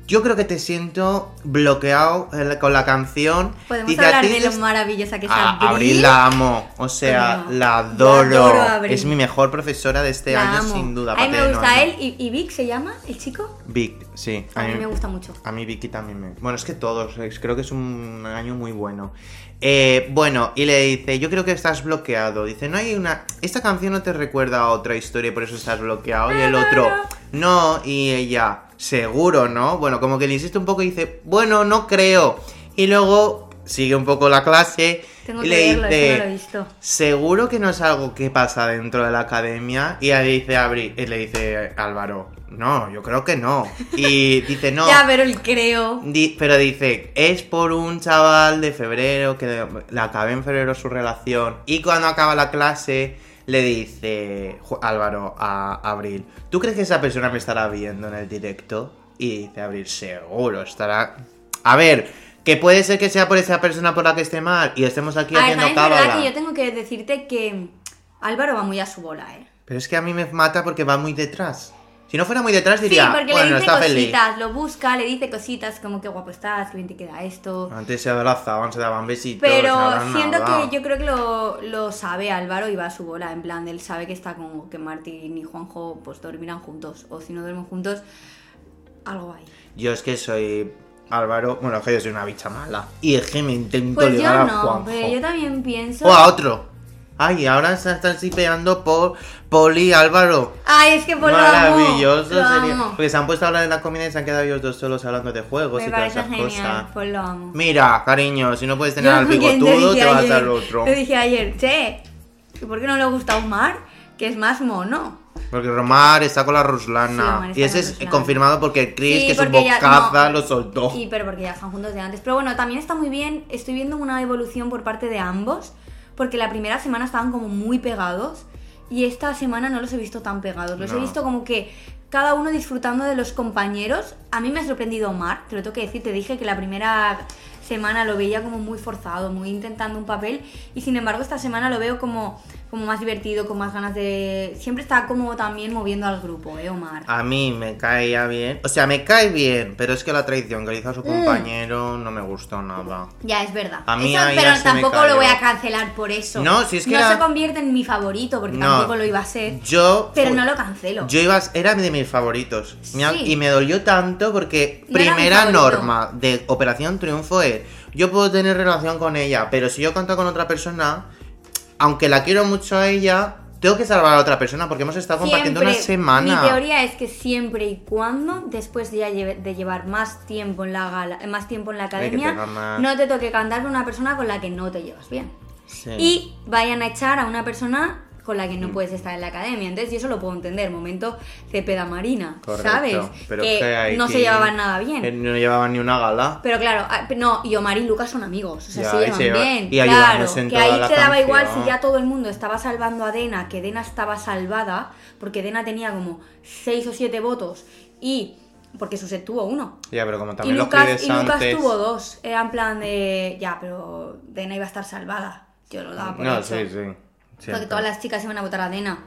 [SPEAKER 1] yo creo que te siento bloqueado eh, con la canción.
[SPEAKER 2] Podemos
[SPEAKER 1] Dice, "A
[SPEAKER 2] hablar
[SPEAKER 1] ti
[SPEAKER 2] de lo
[SPEAKER 1] es-
[SPEAKER 2] maravillosa que es
[SPEAKER 1] a-
[SPEAKER 2] Abril.
[SPEAKER 1] Abril la amo, o sea,
[SPEAKER 2] Bueno,
[SPEAKER 1] la
[SPEAKER 2] yo
[SPEAKER 1] adoro.
[SPEAKER 2] adoro a Abril.
[SPEAKER 1] Es mi mejor profesora de este
[SPEAKER 2] La
[SPEAKER 1] año,
[SPEAKER 2] amo.
[SPEAKER 1] sin duda.
[SPEAKER 2] A mí
[SPEAKER 1] aparte
[SPEAKER 2] me
[SPEAKER 1] de
[SPEAKER 2] gusta
[SPEAKER 1] Noemi.
[SPEAKER 2] él y, y Vic se llama, el chico.
[SPEAKER 1] Vic, sí.
[SPEAKER 2] A mí me gusta mucho.
[SPEAKER 1] A mí Vicky también me... Bueno, es que todos, es- creo que es un año muy bueno. Eh, bueno, y le dice, yo creo que estás bloqueado. Dice, no hay una... Esta canción no te recuerda a otra historia y por eso estás bloqueado. Y el otro, no, y ella, seguro, ¿no? Bueno, como que le insiste un poco y dice, bueno, no creo. Y luego sigue un poco la clase.
[SPEAKER 2] Tengo
[SPEAKER 1] y
[SPEAKER 2] que
[SPEAKER 1] le
[SPEAKER 2] verlo, es que
[SPEAKER 1] dice,
[SPEAKER 2] no lo he visto.
[SPEAKER 1] Seguro que no es algo que pasa dentro de la academia. Y ahí dice Abri, y le dice Álvaro, no, yo creo que no. Y dice, no.
[SPEAKER 2] Ya, pero el creo.
[SPEAKER 1] Di- pero dice, es por un chaval de febrero que le acabé en febrero su relación. Y cuando acaba la clase, le dice Ju- Álvaro a Abril, ¿tú crees que esa persona me estará viendo en el directo? Y dice Abril, seguro, estará. A ver, que puede ser que sea por esa persona por la que esté mal y estemos aquí
[SPEAKER 2] A ver,
[SPEAKER 1] haciendo
[SPEAKER 2] también es verdad
[SPEAKER 1] cábala.
[SPEAKER 2] que yo tengo que decirte que Álvaro va muy a su bola, ¿eh?
[SPEAKER 1] Pero es que a mí me mata porque va muy detrás. Si no fuera muy detrás,
[SPEAKER 2] Sí,
[SPEAKER 1] diría,
[SPEAKER 2] porque
[SPEAKER 1] bueno,
[SPEAKER 2] le dice
[SPEAKER 1] está feliz.
[SPEAKER 2] cositas, lo busca, le dice cositas como que guapo estás, que bien te queda esto.
[SPEAKER 1] Antes se abrazaban, se daban besitos. se
[SPEAKER 2] Pero
[SPEAKER 1] hablaban,
[SPEAKER 2] siento
[SPEAKER 1] nada.
[SPEAKER 2] que yo creo que lo, lo sabe Álvaro y va a su bola, en plan, él sabe que está con que Martín y Juanjo pues dormirán juntos, o si no duermen juntos, algo hay.
[SPEAKER 1] Yo es que soy Álvaro, bueno, es que yo soy una bicha mala. Y es que me intento
[SPEAKER 2] Pues yo
[SPEAKER 1] ligar a
[SPEAKER 2] no,
[SPEAKER 1] Juanjo.
[SPEAKER 2] pero yo también pienso...
[SPEAKER 1] O a otro. Ay, ahora se están sipeando por Poli y Álvaro.
[SPEAKER 2] Ay, es que por Pues lo amo,
[SPEAKER 1] Maravilloso
[SPEAKER 2] lo
[SPEAKER 1] sería.
[SPEAKER 2] amo.
[SPEAKER 1] Porque se han puesto a hablar en la comida y se han quedado ellos dos solos hablando de juegos
[SPEAKER 2] Me
[SPEAKER 1] y todas
[SPEAKER 2] parece
[SPEAKER 1] esas
[SPEAKER 2] genial,
[SPEAKER 1] cosas.
[SPEAKER 2] pues lo amo.
[SPEAKER 1] Mira, cariño, si no puedes tener
[SPEAKER 2] Yo
[SPEAKER 1] al
[SPEAKER 2] con quien le
[SPEAKER 1] bigotudo,
[SPEAKER 2] dije
[SPEAKER 1] te vas
[SPEAKER 2] ayer-
[SPEAKER 1] al otro.
[SPEAKER 2] Le dije ayer, che, ¿que ¿por qué no le gusta Omar? Que es más mono.
[SPEAKER 1] Porque Romar está con la
[SPEAKER 2] Sí,
[SPEAKER 1] Ruslana.
[SPEAKER 2] Omar está
[SPEAKER 1] y ese
[SPEAKER 2] con
[SPEAKER 1] es
[SPEAKER 2] Ruslana.
[SPEAKER 1] confirmado porque Chris,
[SPEAKER 2] Sí,
[SPEAKER 1] que es un
[SPEAKER 2] porque ya-
[SPEAKER 1] bocaza,
[SPEAKER 2] no.
[SPEAKER 1] lo soltó.
[SPEAKER 2] Y pero porque ya están juntos de antes. Pero bueno, también está muy bien, estoy viendo una evolución por parte de ambos, porque la primera semana estaban como muy pegados y esta semana no los he visto tan pegados. Los he
[SPEAKER 1] No.
[SPEAKER 2] visto como que cada uno disfrutando de los compañeros. A mí me ha sorprendido Omar, te lo tengo que decir, te dije que la primera semana lo veía como muy forzado, muy intentando un papel y sin embargo esta semana lo veo como, como más divertido, con más ganas de... Siempre está como también moviendo al grupo, ¿eh, Omar?
[SPEAKER 1] A mí me caía bien. O sea, me cae bien, pero es que la traición que le hizo
[SPEAKER 2] Mm.
[SPEAKER 1] a su compañero no me gustó nada.
[SPEAKER 2] Ya, es verdad.
[SPEAKER 1] A mí
[SPEAKER 2] Eso,
[SPEAKER 1] ahí ya
[SPEAKER 2] pero
[SPEAKER 1] se me
[SPEAKER 2] tampoco
[SPEAKER 1] cayó.
[SPEAKER 2] lo voy a cancelar por eso.
[SPEAKER 1] No, si es que
[SPEAKER 2] No
[SPEAKER 1] era-
[SPEAKER 2] se convierte en mi favorito, porque
[SPEAKER 1] No.
[SPEAKER 2] tampoco lo iba a ser.
[SPEAKER 1] Yo.
[SPEAKER 2] Eh, Pero
[SPEAKER 1] fu-
[SPEAKER 2] no lo cancelo.
[SPEAKER 1] Yo iba. a- Era de mis favoritos. Me ha-
[SPEAKER 2] Sí.
[SPEAKER 1] Y me dolió tanto porque
[SPEAKER 2] No era mi
[SPEAKER 1] primera
[SPEAKER 2] favorito.
[SPEAKER 1] norma de Operación Triunfo es: yo puedo tener relación con ella, pero si yo canto con otra persona, aunque la quiero mucho a ella. Tengo que salvar a otra persona porque hemos estado compartiendo
[SPEAKER 2] Siempre-
[SPEAKER 1] una semana.
[SPEAKER 2] Mi teoría es que siempre y cuando, después de, ya lleve- de llevar más tiempo en la gala, eh, más tiempo en la
[SPEAKER 1] Hombre, que
[SPEAKER 2] academia,
[SPEAKER 1] tenga más.
[SPEAKER 2] no te toque cantar con una persona con la que no te llevas bien.
[SPEAKER 1] Sí. Mm.
[SPEAKER 2] Y vayan a echar a una persona con la que no puedes estar en la academia. Entonces yo eso lo puedo entender. Momento Cepeda Marina,
[SPEAKER 1] Correcto,
[SPEAKER 2] ¿sabes?
[SPEAKER 1] pero
[SPEAKER 2] que
[SPEAKER 1] es ahí
[SPEAKER 2] no se
[SPEAKER 1] que-
[SPEAKER 2] llevaban nada bien.
[SPEAKER 1] que No llevaban ni una gala.
[SPEAKER 2] Pero claro, ah, pe- no, y Omar y Lucas son amigos, o sea,
[SPEAKER 1] Ya,
[SPEAKER 2] se
[SPEAKER 1] y
[SPEAKER 2] llevan
[SPEAKER 1] se lleva-
[SPEAKER 2] bien.
[SPEAKER 1] y
[SPEAKER 2] claro,
[SPEAKER 1] ayudándose en
[SPEAKER 2] que
[SPEAKER 1] toda
[SPEAKER 2] ahí
[SPEAKER 1] la
[SPEAKER 2] te daba igual
[SPEAKER 1] canción.
[SPEAKER 2] si ya todo el mundo estaba salvando a Dena, que Dena estaba salvada, porque Dena tenía como 6 o 7 votos y. Porque Suset tuvo uno.
[SPEAKER 1] Ya, pero como
[SPEAKER 2] Y
[SPEAKER 1] también los
[SPEAKER 2] Lucas,
[SPEAKER 1] pibes
[SPEAKER 2] y Lucas
[SPEAKER 1] antes.
[SPEAKER 2] tuvo dos. Era en plan de. Ya, pero Dena iba a estar salvada. Yo lo daba Ah, por
[SPEAKER 1] No,
[SPEAKER 2] hecho.
[SPEAKER 1] sí, sí.
[SPEAKER 2] Porque
[SPEAKER 1] Siempre.
[SPEAKER 2] todas las chicas iban a votar a Dena.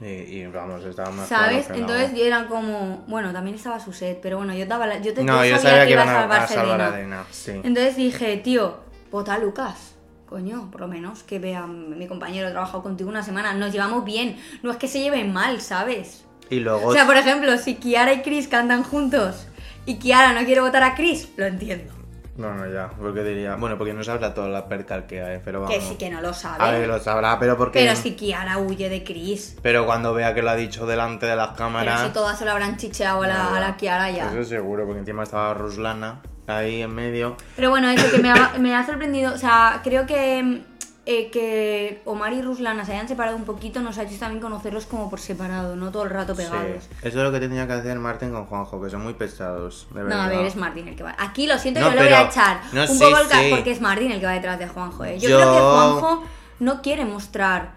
[SPEAKER 1] Y, y vamos, estaba más
[SPEAKER 2] ¿Sabes?
[SPEAKER 1] claro que
[SPEAKER 2] Entonces
[SPEAKER 1] no.
[SPEAKER 2] yo era como. Bueno, también estaba Suset, pero bueno, yo daba la- yo, te,
[SPEAKER 1] No, yo
[SPEAKER 2] sabía,
[SPEAKER 1] sabía que
[SPEAKER 2] iba
[SPEAKER 1] iban
[SPEAKER 2] a
[SPEAKER 1] a- a
[SPEAKER 2] salvarse
[SPEAKER 1] salvar a
[SPEAKER 2] Dena.
[SPEAKER 1] Dena, sí.
[SPEAKER 2] Entonces dije, tío, vota a Lucas. coño, por lo menos que vean mi compañero, he trabajado contigo una semana, nos llevamos bien, no es que se lleven mal, ¿sabes?
[SPEAKER 1] Y luego.
[SPEAKER 2] O sea, por ejemplo, si Kiara y Chris cantan juntos y Kiara no quiere votar a Chris, lo entiendo.
[SPEAKER 1] No, no, ya. Porque diría. Bueno, porque no sabrá todo la percal que hay, pero vamos.
[SPEAKER 2] Que sí que no lo sabe.
[SPEAKER 1] A ver, lo sabrá, pero porque.
[SPEAKER 2] Pero si Kiara huye de Chris,
[SPEAKER 1] Pero cuando vea que lo ha dicho delante de las
[SPEAKER 2] pero
[SPEAKER 1] cámaras. pues,
[SPEAKER 2] si todas se lo habrán chicheado a la, a la Kiara ya.
[SPEAKER 1] Eso seguro, porque encima estaba Ruslana ahí en medio.
[SPEAKER 2] Pero bueno, eso que me ha, me ha sorprendido. O sea, creo que, mm, eh, que Omar y Ruslana se hayan separado un poquito nos ha hecho también conocerlos como por separado, no todo el rato
[SPEAKER 1] Sí.
[SPEAKER 2] pegados.
[SPEAKER 1] Eso es lo que tenía que hacer Martín con Juanjo, que son muy pesados. De
[SPEAKER 2] No,
[SPEAKER 1] verdad.
[SPEAKER 2] a ver, es Martín el que va. Aquí lo siento,
[SPEAKER 1] No,
[SPEAKER 2] yo le voy a
[SPEAKER 1] pero-
[SPEAKER 2] echar
[SPEAKER 1] no,
[SPEAKER 2] un
[SPEAKER 1] sí,
[SPEAKER 2] poco el ca-
[SPEAKER 1] sí.
[SPEAKER 2] porque es Martín el que va detrás de Juanjo. ¿eh? Yo,
[SPEAKER 1] Yo-
[SPEAKER 2] creo que Juanjo no quiere mostrar,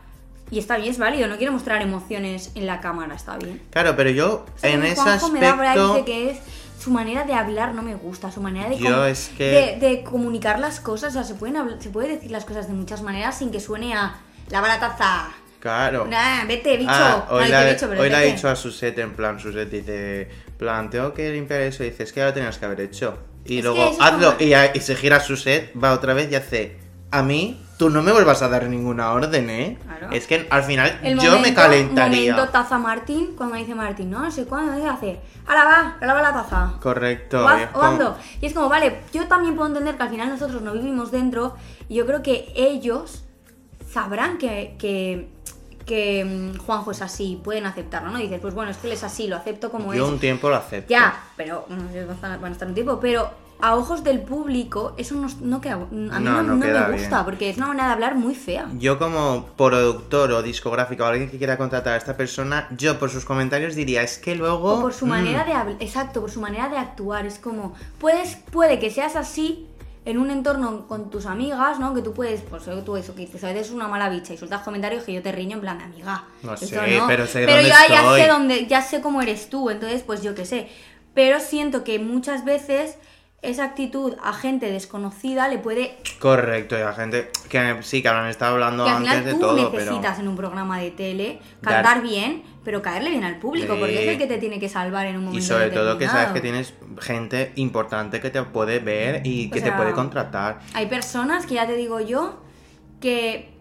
[SPEAKER 2] y está bien, es válido, no quiere mostrar emociones en la cámara, está bien.
[SPEAKER 1] Claro, pero yo
[SPEAKER 2] O sea,
[SPEAKER 1] en
[SPEAKER 2] como
[SPEAKER 1] ese
[SPEAKER 2] Juanjo me da por ahí,
[SPEAKER 1] aspecto.
[SPEAKER 2] dice que es su manera de hablar no me gusta, su manera de,
[SPEAKER 1] Yo
[SPEAKER 2] com-
[SPEAKER 1] es que-
[SPEAKER 2] de, de comunicar las cosas, o sea, se, pueden habl- se puede decir las cosas de muchas maneras sin que suene a la barataza.
[SPEAKER 1] Claro.
[SPEAKER 2] Nah, vete, bicho.
[SPEAKER 1] Ah,
[SPEAKER 2] No,
[SPEAKER 1] hoy,
[SPEAKER 2] vete,
[SPEAKER 1] le ha-
[SPEAKER 2] bicho, pero
[SPEAKER 1] hoy le ha
[SPEAKER 2] vete.
[SPEAKER 1] dicho a Suset en plan, Suset dice, plan, tengo que limpiar eso, y dice, es que ya lo tenías que haber hecho. Y
[SPEAKER 2] Es que
[SPEAKER 1] luego,
[SPEAKER 2] eso es
[SPEAKER 1] hazlo,
[SPEAKER 2] como-
[SPEAKER 1] y, a- y se gira Suset, va otra vez y hace, a mí, tú no me vuelvas a dar ninguna orden, ¿eh?
[SPEAKER 2] Claro.
[SPEAKER 1] Es que al final
[SPEAKER 2] El
[SPEAKER 1] yo me
[SPEAKER 2] momento-
[SPEAKER 1] calentaría.
[SPEAKER 2] momento taza Martín, cuando dice Martín, no, no sé cuándo, dice, hace, ahora va, ahora va la taza.
[SPEAKER 1] Correcto.
[SPEAKER 2] O haz-
[SPEAKER 1] y es
[SPEAKER 2] o
[SPEAKER 1] como-
[SPEAKER 2] hazlo. Y es como, vale, yo también puedo entender que al final nosotros no vivimos dentro y yo creo que ellos sabrán que, que, que, mm, Juanjo es así, pueden aceptarlo, ¿no? Dices, pues bueno, es que él es así, lo acepto como
[SPEAKER 1] yo
[SPEAKER 2] es.
[SPEAKER 1] un tiempo lo acepto.
[SPEAKER 2] Ya, pero mm, ellos van a estar- van a estar un tiempo, pero a ojos del público eso no, no queda, a mí no,
[SPEAKER 1] No, no
[SPEAKER 2] no
[SPEAKER 1] queda
[SPEAKER 2] me gusta
[SPEAKER 1] bien.
[SPEAKER 2] porque es una manera de hablar muy fea.
[SPEAKER 1] Yo como productor o discográfico o alguien que quiera contratar a esta persona, yo por sus comentarios diría, es que luego...
[SPEAKER 2] O por su
[SPEAKER 1] mm,
[SPEAKER 2] manera de hablar, exacto, por su manera de actuar. Es como, puedes, puede que seas así en un entorno con tus amigas, ¿no? Que tú puedes, pues tú eso, que dices, a veces es una mala bicha y sueltas comentarios que yo te riño en plan, amiga.
[SPEAKER 1] No
[SPEAKER 2] eso
[SPEAKER 1] sé, pero sé dónde
[SPEAKER 2] yo ahí ya
[SPEAKER 1] estoy.
[SPEAKER 2] sé dónde, ya sé cómo eres tú, entonces pues yo qué sé. Pero siento que muchas veces esa actitud a gente desconocida le puede
[SPEAKER 1] Correcto, y la gente que sí, que habrán estado hablando
[SPEAKER 2] que al
[SPEAKER 1] antes
[SPEAKER 2] final
[SPEAKER 1] de
[SPEAKER 2] tú
[SPEAKER 1] todo, pero...
[SPEAKER 2] necesitas en un programa de tele
[SPEAKER 1] Dar-
[SPEAKER 2] cantar bien, pero caerle bien al público,
[SPEAKER 1] Sí.
[SPEAKER 2] porque es el que te tiene que salvar en un momento
[SPEAKER 1] Y sobre todo que sabes
[SPEAKER 2] determinado.
[SPEAKER 1] que tienes gente importante que te puede ver y
[SPEAKER 2] O
[SPEAKER 1] que te
[SPEAKER 2] sea,
[SPEAKER 1] puede contratar.
[SPEAKER 2] Hay personas que ya te digo yo que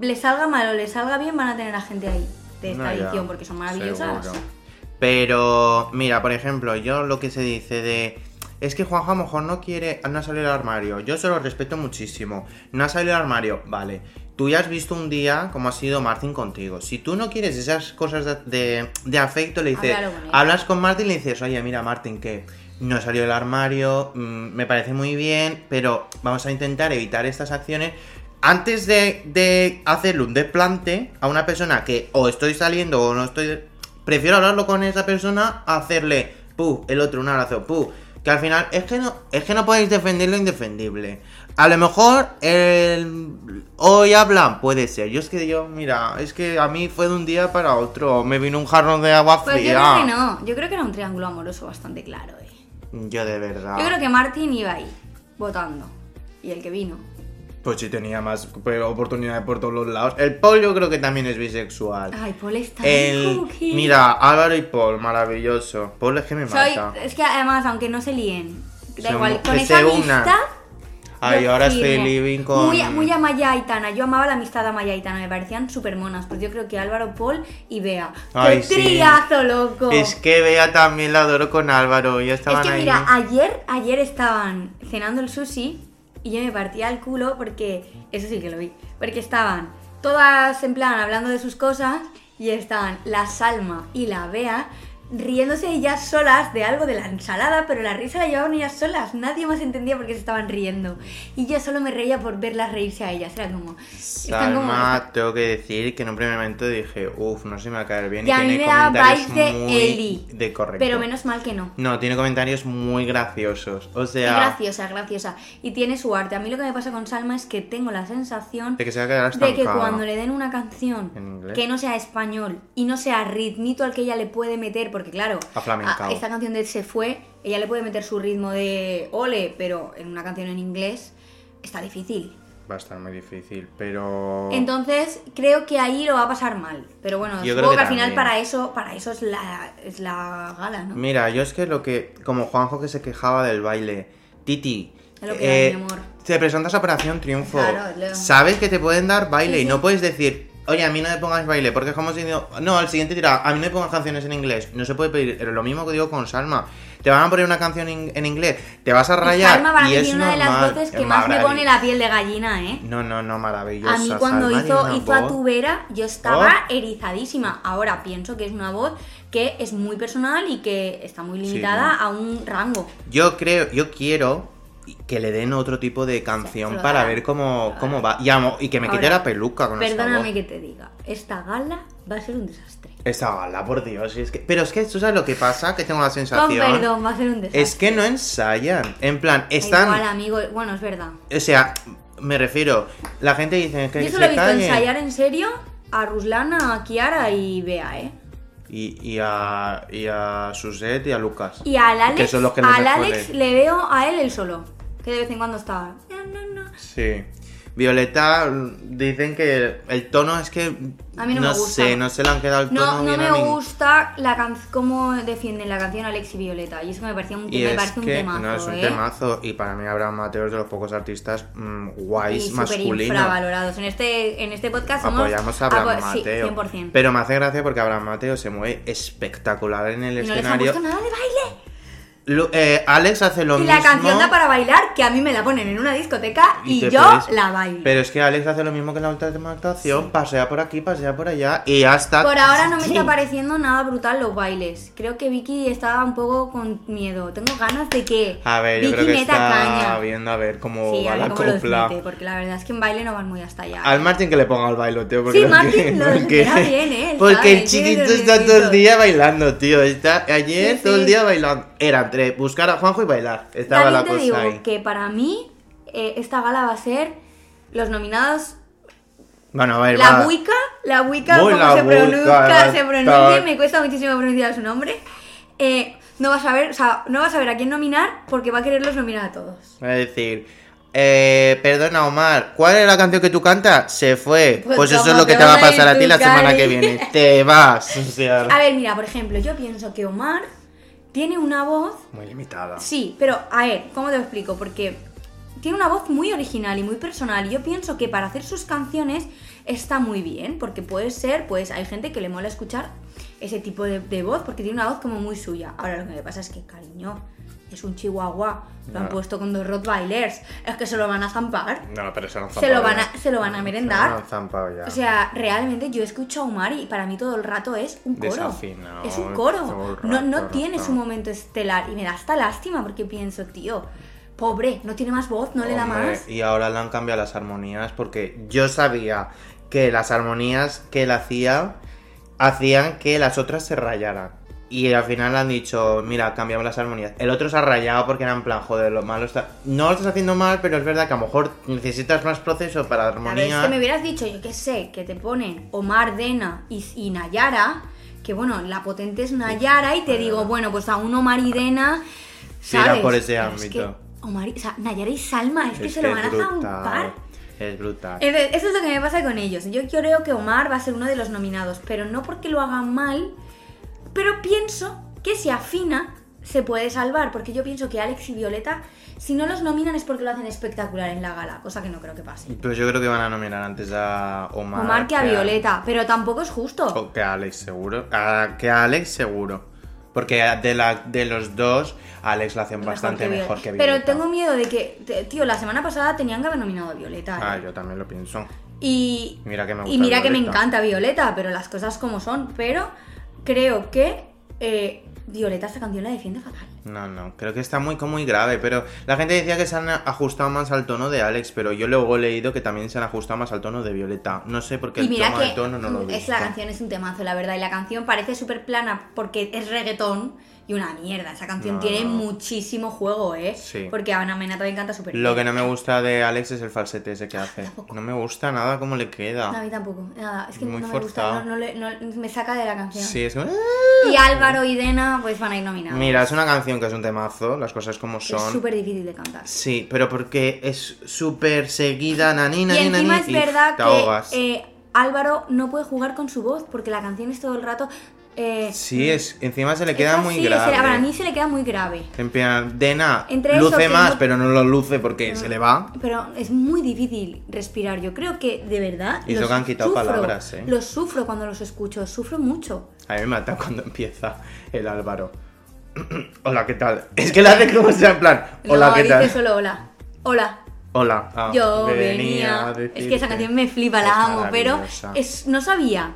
[SPEAKER 2] les salga mal o les salga bien van a tener a gente ahí de esta
[SPEAKER 1] No, ya,
[SPEAKER 2] edición porque son maravillosas.
[SPEAKER 1] seguro. Pero, mira, por ejemplo, yo lo que se dice de. Es que Juanjo a lo mejor no quiere. No ha salido del armario. Yo se lo respeto muchísimo. No ha salido del armario. Vale. Tú ya has visto un día cómo ha sido Martín contigo. Si tú no quieres esas cosas de, de- de afecto, le dices.
[SPEAKER 2] Háblalo con él.
[SPEAKER 1] hablas con Martín y le dices, oye, mira, Martín, que no salió del armario. mm, me parece muy bien. Pero vamos a intentar evitar estas acciones. Antes de, de hacerle un desplante a una persona que o estoy saliendo o no estoy prefiero hablarlo con esa persona a hacerle pu, el otro un abrazo, pu. Que al final es que no, es que no podéis defender lo indefendible. A lo mejor el, hoy hablan, puede ser. Yo es que yo, mira, es que a mí fue de un día para otro. Me vino un jarrón de agua
[SPEAKER 2] Pues yo
[SPEAKER 1] fría.
[SPEAKER 2] creo que no, yo creo que era un triángulo amoroso bastante claro. eh.
[SPEAKER 1] Yo de verdad.
[SPEAKER 2] Yo creo que Martín iba ahí, votando. Y el que vino.
[SPEAKER 1] Pues si tenía más pues, oportunidades por todos los lados. El Paul yo creo que también es bisexual.
[SPEAKER 2] Ay, Paul está bien
[SPEAKER 1] el,
[SPEAKER 2] cookie.
[SPEAKER 1] mira, Álvaro y Paul, maravilloso. Paul es que me
[SPEAKER 2] Soy, eh,
[SPEAKER 1] mata.
[SPEAKER 2] es que además, aunque no se líen, da
[SPEAKER 1] Se-
[SPEAKER 2] igual, con
[SPEAKER 1] que
[SPEAKER 2] esa
[SPEAKER 1] se unan.
[SPEAKER 2] amistad.
[SPEAKER 1] Ay,
[SPEAKER 2] yo
[SPEAKER 1] ahora
[SPEAKER 2] firmo.
[SPEAKER 1] estoy living con.
[SPEAKER 2] Muy, a- muy Amaya y Tana. Yo amaba la amistad de Amaya y Tana, me parecían súper monas. Pues yo creo que Álvaro, Paul y Bea.
[SPEAKER 1] Ay,
[SPEAKER 2] ¡Qué
[SPEAKER 1] sí.
[SPEAKER 2] triazo, loco!
[SPEAKER 1] Es que Bea también la adoro con Álvaro, ya
[SPEAKER 2] Es
[SPEAKER 1] estaban
[SPEAKER 2] que
[SPEAKER 1] ahí.
[SPEAKER 2] mira, ayer, ayer estaban cenando el sushi y yo me partía el culo porque, eso sí que lo vi, porque estaban todas en plan hablando de sus cosas y estaban la Salma y la Bea riéndose ellas solas de algo de la ensalada, pero la risa la llevaban ellas solas, nadie más entendía por qué se estaban riendo. Y yo solo me reía por verlas reírse a ellas, era como... están como-
[SPEAKER 1] Salma, tengo que decir que en un primer momento dije, uff, no se me va a caer bien.
[SPEAKER 2] Y a mí
[SPEAKER 1] tiene
[SPEAKER 2] me daba
[SPEAKER 1] comentarios
[SPEAKER 2] vibes de
[SPEAKER 1] muy
[SPEAKER 2] Eli.
[SPEAKER 1] De correcto.
[SPEAKER 2] Pero menos mal que no.
[SPEAKER 1] No, tiene comentarios muy graciosos. O
[SPEAKER 2] Y
[SPEAKER 1] sea,
[SPEAKER 2] graciosa, graciosa. Y tiene su arte. A mí lo que me pasa con Salma es que tengo la sensación
[SPEAKER 1] de que se va a quedar estancada.
[SPEAKER 2] de que cuando le den una canción
[SPEAKER 1] En inglés.
[SPEAKER 2] que no sea español y no sea ritmito al que ella le puede meter, porque claro,
[SPEAKER 1] A flamencao.
[SPEAKER 2] esta canción de Se fue, ella le puede meter su ritmo de ole, pero en una canción en inglés está difícil.
[SPEAKER 1] Va a estar muy difícil, pero.
[SPEAKER 2] Entonces, creo que ahí lo va a pasar mal. Pero bueno,
[SPEAKER 1] Yo creo
[SPEAKER 2] supongo
[SPEAKER 1] que
[SPEAKER 2] que, al final
[SPEAKER 1] también.
[SPEAKER 2] para eso, para eso es la, es la gala, ¿no?
[SPEAKER 1] Mira, yo es que lo que. Como Juanjo que se quejaba del baile. Titi,
[SPEAKER 2] Es lo que hay,
[SPEAKER 1] eh,
[SPEAKER 2] mi amor.
[SPEAKER 1] te presentas a Operación Triunfo.
[SPEAKER 2] Claro, lo-
[SPEAKER 1] Sabes que te pueden dar baile
[SPEAKER 2] Sí,
[SPEAKER 1] y
[SPEAKER 2] sí.
[SPEAKER 1] no puedes decir, oye, a mí no me pongas baile, porque es como si. digo, No, al siguiente dirá, a mí no me pongas canciones en inglés. No se puede pedir. Pero lo mismo que digo con Salma. Te van a poner una canción en- en inglés, te vas a rayar.
[SPEAKER 2] Salma para
[SPEAKER 1] y
[SPEAKER 2] mí
[SPEAKER 1] es
[SPEAKER 2] tiene una de las
[SPEAKER 1] normal.
[SPEAKER 2] voces que
[SPEAKER 1] Es
[SPEAKER 2] más me
[SPEAKER 1] maravilloso.
[SPEAKER 2] pone la piel de gallina, ¿eh?
[SPEAKER 1] No, no, no, maravillosa.
[SPEAKER 2] A mí cuando
[SPEAKER 1] Salma tiene
[SPEAKER 2] hizo,
[SPEAKER 1] una
[SPEAKER 2] hizo a
[SPEAKER 1] voz. Oh.
[SPEAKER 2] Tubera, yo estaba erizadísima. Ahora pienso que es una voz que es muy personal y que está muy limitada a un rango.
[SPEAKER 1] Yo creo, yo quiero que le den otro tipo de canción
[SPEAKER 2] se lo
[SPEAKER 1] para
[SPEAKER 2] darán.
[SPEAKER 1] ver cómo, cómo va. Y, amo- y que me quite
[SPEAKER 2] Ahora,
[SPEAKER 1] la peluca con esa
[SPEAKER 2] Perdóname
[SPEAKER 1] voz.
[SPEAKER 2] que te diga, esta gala va a ser un desastre.
[SPEAKER 1] Esa gala, por Dios. es que- Pero es que tú sabes lo que pasa, que tengo la
[SPEAKER 2] Con
[SPEAKER 1] sensación.
[SPEAKER 2] perdón, va a ser un desastre.
[SPEAKER 1] Es que no ensayan. En plan,
[SPEAKER 2] Da
[SPEAKER 1] están.
[SPEAKER 2] Igual, amigo, bueno, es verdad.
[SPEAKER 1] O sea, me refiero. La gente dice que
[SPEAKER 2] Yo
[SPEAKER 1] se
[SPEAKER 2] solo he visto
[SPEAKER 1] callen.
[SPEAKER 2] ensayar en serio a Ruslana, a Kiara y Bea, ¿eh?
[SPEAKER 1] Y, y a. Y a Suzette y a Lucas.
[SPEAKER 2] Y al Alex,
[SPEAKER 1] Que son los que les
[SPEAKER 2] al
[SPEAKER 1] mejor
[SPEAKER 2] Alex
[SPEAKER 1] le-
[SPEAKER 2] le veo a él el solo, que de vez en cuando está. "Na, na, na".
[SPEAKER 1] Sí. Violeta mm, dicen que el tono es que.
[SPEAKER 2] A mí no me gusta.
[SPEAKER 1] sé, no se le han quedado el tono
[SPEAKER 2] No, no
[SPEAKER 1] bien a
[SPEAKER 2] me
[SPEAKER 1] nin-
[SPEAKER 2] gusta la can- cómo defienden la canción Alex y Violeta. Y eso me parecía un,
[SPEAKER 1] Y
[SPEAKER 2] me
[SPEAKER 1] es
[SPEAKER 2] parece un
[SPEAKER 1] que
[SPEAKER 2] temazo,
[SPEAKER 1] no es un
[SPEAKER 2] ¿eh?
[SPEAKER 1] temazo. Y para mí Abraham Mateo es de los pocos artistas mm,
[SPEAKER 2] Y
[SPEAKER 1] guays
[SPEAKER 2] súper
[SPEAKER 1] masculinos.
[SPEAKER 2] infravalorados. En este, en este podcast somos-
[SPEAKER 1] Apoyamos a Abraham
[SPEAKER 2] apo-
[SPEAKER 1] Mateo.
[SPEAKER 2] Ah, pues, Sí, 100%.
[SPEAKER 1] Pero me hace gracia porque Abraham Mateo se mueve espectacular en el
[SPEAKER 2] Y no les ha
[SPEAKER 1] escenario.
[SPEAKER 2] puesto nada de baile.
[SPEAKER 1] Lu- eh, Alex hace lo
[SPEAKER 2] y
[SPEAKER 1] mismo.
[SPEAKER 2] la canción da para bailar, que a mí me la ponen en una discoteca y,
[SPEAKER 1] te
[SPEAKER 2] yo
[SPEAKER 1] puedes-
[SPEAKER 2] la bailo.
[SPEAKER 1] Pero es que Alex hace lo mismo que en la última actuación. Pasea por aquí, pasea por allá. Y ya está.
[SPEAKER 2] Por ahora no me está
[SPEAKER 1] Sí.
[SPEAKER 2] pareciendo nada brutal los bailes. Creo que Vicky estaba un poco con miedo. Tengo ganas de que
[SPEAKER 1] A ver, yo
[SPEAKER 2] Vicky
[SPEAKER 1] creo que
[SPEAKER 2] meta
[SPEAKER 1] está
[SPEAKER 2] caña.
[SPEAKER 1] viendo a ver cómo
[SPEAKER 2] sí,
[SPEAKER 1] va
[SPEAKER 2] a ver
[SPEAKER 1] la
[SPEAKER 2] cómo los
[SPEAKER 1] copla.
[SPEAKER 2] mete, porque la verdad es que en baile no van muy hasta allá.
[SPEAKER 1] Al Martín que le ponga el bailoteo porque
[SPEAKER 2] Sí,
[SPEAKER 1] lo
[SPEAKER 2] Martín
[SPEAKER 1] tiene,
[SPEAKER 2] lo
[SPEAKER 1] porque,
[SPEAKER 2] supera bien, ¿eh? Él
[SPEAKER 1] porque
[SPEAKER 2] sabe,
[SPEAKER 1] el
[SPEAKER 2] tiene
[SPEAKER 1] chiquito
[SPEAKER 2] los
[SPEAKER 1] está todo el
[SPEAKER 2] deditos.
[SPEAKER 1] día bailando, tío. Está, ayer
[SPEAKER 2] Sí,
[SPEAKER 1] todo el
[SPEAKER 2] sí.
[SPEAKER 1] día bailando. Era entre buscar a Juanjo y bailar. Estaba
[SPEAKER 2] También
[SPEAKER 1] la
[SPEAKER 2] te
[SPEAKER 1] cosa
[SPEAKER 2] digo
[SPEAKER 1] ahí.
[SPEAKER 2] que para mí eh, esta gala va a ser los nominados.
[SPEAKER 1] Bueno, a ver,
[SPEAKER 2] La
[SPEAKER 1] va.
[SPEAKER 2] Wicca, la Wicca,
[SPEAKER 1] Muy
[SPEAKER 2] como
[SPEAKER 1] la
[SPEAKER 2] se
[SPEAKER 1] Wicca,
[SPEAKER 2] pronuncia, se pronuncia,
[SPEAKER 1] está-
[SPEAKER 2] me cuesta muchísimo pronunciar su nombre. Eh, no vas a ver, o sea, no vas a ver a quién nominar porque va a quererlos nominar a todos.
[SPEAKER 1] Es decir, eh, perdona Omar, ¿cuál es la canción que tú cantas? Se fue. Pues,
[SPEAKER 2] Pues
[SPEAKER 1] eso es
[SPEAKER 2] toma,
[SPEAKER 1] lo que
[SPEAKER 2] te
[SPEAKER 1] te va a
[SPEAKER 2] vas a ir
[SPEAKER 1] pasar a ti
[SPEAKER 2] tú,
[SPEAKER 1] la semana
[SPEAKER 2] Cari.
[SPEAKER 1] que viene. Te vas. O sea,
[SPEAKER 2] A ver, mira, por ejemplo, yo pienso que Omar tiene una voz
[SPEAKER 1] muy limitada.
[SPEAKER 2] Sí, pero a ver, ¿cómo te lo explico? Porque tiene una voz muy original y muy personal. Y yo pienso que para hacer sus canciones está muy bien, porque puede ser, pues hay gente que le mola escuchar ese tipo de, de voz, porque tiene una voz como muy suya. Ahora lo que me pasa es que, cariño, es un chihuahua, lo han
[SPEAKER 1] Ya.
[SPEAKER 2] puesto con dos Rottweilers, es que se lo van a zampar.
[SPEAKER 1] No, pero se lo han
[SPEAKER 2] Se lo,
[SPEAKER 1] zampado
[SPEAKER 2] van
[SPEAKER 1] ya.
[SPEAKER 2] a, se lo van a
[SPEAKER 1] Se lo
[SPEAKER 2] merendar.
[SPEAKER 1] han zampado ya.
[SPEAKER 2] O sea, realmente yo escucho a Omar y para mí todo el rato es un coro.
[SPEAKER 1] Desafinado,
[SPEAKER 2] es un
[SPEAKER 1] todo
[SPEAKER 2] coro.
[SPEAKER 1] el
[SPEAKER 2] No, no
[SPEAKER 1] rato,
[SPEAKER 2] tiene
[SPEAKER 1] no.
[SPEAKER 2] su momento estelar. Y me da hasta lástima porque pienso, tío, pobre, no tiene más voz, no le da
[SPEAKER 1] Hombre,
[SPEAKER 2] más.
[SPEAKER 1] Y ahora le han cambiado las armonías porque yo sabía que las armonías que él hacía hacían que las otras se rayaran. Y al final han dicho, mira, cambiamos las armonías. El otro se ha rayado porque era en plan, joder, lo malo está... No lo estás haciendo mal, pero es verdad que a lo mejor necesitas más proceso para
[SPEAKER 2] A ver, es
[SPEAKER 1] armonía.
[SPEAKER 2] que me hubieras dicho, yo qué sé, que te ponen Omar, Dena y, y Nayara, que bueno, la potente es Nayara, y te digo, bueno, pues a un Omar y Dena,
[SPEAKER 1] Tira
[SPEAKER 2] ¿sabes?
[SPEAKER 1] por ese
[SPEAKER 2] Pero es
[SPEAKER 1] ámbito.
[SPEAKER 2] que Omar y- o sea, Nayara y Salma, es que
[SPEAKER 1] Es
[SPEAKER 2] se
[SPEAKER 1] que
[SPEAKER 2] lo van a Eh,
[SPEAKER 1] es
[SPEAKER 2] zampar.
[SPEAKER 1] brutal. Es brutal.
[SPEAKER 2] Entonces, eso es lo que me pasa con ellos. Yo creo que Omar va a ser uno de los nominados, pero no porque lo hagan mal, pero pienso que si afina se puede salvar, porque yo pienso que Alex y Violeta, si no los nominan es porque lo hacen espectacular en la gala, cosa que no creo que pase.
[SPEAKER 1] Pues yo creo que van a nominar antes a Omar.
[SPEAKER 2] Omar que a Violeta, pero tampoco es justo.
[SPEAKER 1] O que a Alex seguro. A- que a Alex seguro. Porque a- de, la, de los dos, a Alex lo hacen bastante
[SPEAKER 2] Viol-
[SPEAKER 1] mejor que Violeta.
[SPEAKER 2] Pero tengo miedo de que, te- tío, la semana pasada tenían que haber nominado a Violeta. ¿eh?
[SPEAKER 1] Ah, yo también lo pienso.
[SPEAKER 2] Y
[SPEAKER 1] Mira que me gusta
[SPEAKER 2] Y mira que me
[SPEAKER 1] Violeta.
[SPEAKER 2] encanta Violeta, pero las cosas como son. Pero creo que eh, Violeta esta canción la defiende fatal.
[SPEAKER 1] No, no, creo que está muy, como muy grave, pero la gente decía que se han ajustado más al tono de Alex, pero yo luego he leído que también se han ajustado más al tono de Violeta. No sé por qué
[SPEAKER 2] y
[SPEAKER 1] el
[SPEAKER 2] mira
[SPEAKER 1] tono
[SPEAKER 2] que
[SPEAKER 1] del tono no lo he
[SPEAKER 2] mm, es
[SPEAKER 1] visto.
[SPEAKER 2] la canción es un temazo, la verdad. Y la canción parece súper plana porque es reggaetón y una mierda. Esa canción
[SPEAKER 1] No,
[SPEAKER 2] tiene
[SPEAKER 1] no.
[SPEAKER 2] muchísimo juego, ¿eh?
[SPEAKER 1] Sí.
[SPEAKER 2] Porque a Ana Mena también canta súper
[SPEAKER 1] Lo que
[SPEAKER 2] bien.
[SPEAKER 1] no me gusta de Alex es el falsete ese que hace.
[SPEAKER 2] tampoco.
[SPEAKER 1] No me gusta nada cómo le queda.
[SPEAKER 2] No, a mí tampoco. Nada, es que
[SPEAKER 1] Muy
[SPEAKER 2] no me gusta.
[SPEAKER 1] forzado.
[SPEAKER 2] no- no le- no- me saca de la canción.
[SPEAKER 1] Sí, es como...
[SPEAKER 2] Y Álvaro y Dena pues van a ir nominados.
[SPEAKER 1] Mira, es una canción que es un temazo, las cosas como
[SPEAKER 2] Que es
[SPEAKER 1] son.
[SPEAKER 2] súper difícil de cantar.
[SPEAKER 1] Sí, pero porque es súper seguida, nanina,
[SPEAKER 2] Y
[SPEAKER 1] nanina,
[SPEAKER 2] encima es verdad eh,
[SPEAKER 1] te ahogas.
[SPEAKER 2] que eh, Álvaro no puede jugar con su voz porque la canción es todo el rato eh,
[SPEAKER 1] Sí, es, encima se le queda
[SPEAKER 2] esa
[SPEAKER 1] muy
[SPEAKER 2] sí, se-
[SPEAKER 1] grave.
[SPEAKER 2] Para mí se le queda muy grave.
[SPEAKER 1] En plan, Dena
[SPEAKER 2] Entre eso
[SPEAKER 1] luce
[SPEAKER 2] que
[SPEAKER 1] más,
[SPEAKER 2] no- Ah.
[SPEAKER 1] pero no lo luce porque se le va.
[SPEAKER 2] Pero es muy difícil respirar. Yo creo que de verdad.
[SPEAKER 1] Y eso
[SPEAKER 2] los
[SPEAKER 1] que han quitado
[SPEAKER 2] sufro,
[SPEAKER 1] palabras, ¿eh?
[SPEAKER 2] Los sufro cuando los escucho, sufro mucho.
[SPEAKER 1] A mí me mata cuando empieza el Álvaro. Hola, ¿qué tal? Es que la hace como sea en plan. Hola,
[SPEAKER 2] no,
[SPEAKER 1] ¿qué
[SPEAKER 2] dice
[SPEAKER 1] tal?
[SPEAKER 2] solo hola. Hola.
[SPEAKER 1] Hola. ah,
[SPEAKER 2] Yo
[SPEAKER 1] a
[SPEAKER 2] venía. Es que
[SPEAKER 1] decirte.
[SPEAKER 2] esa canción me flipa,
[SPEAKER 1] Es
[SPEAKER 2] la amo, pero
[SPEAKER 1] maravillosa.
[SPEAKER 2] es, no sabía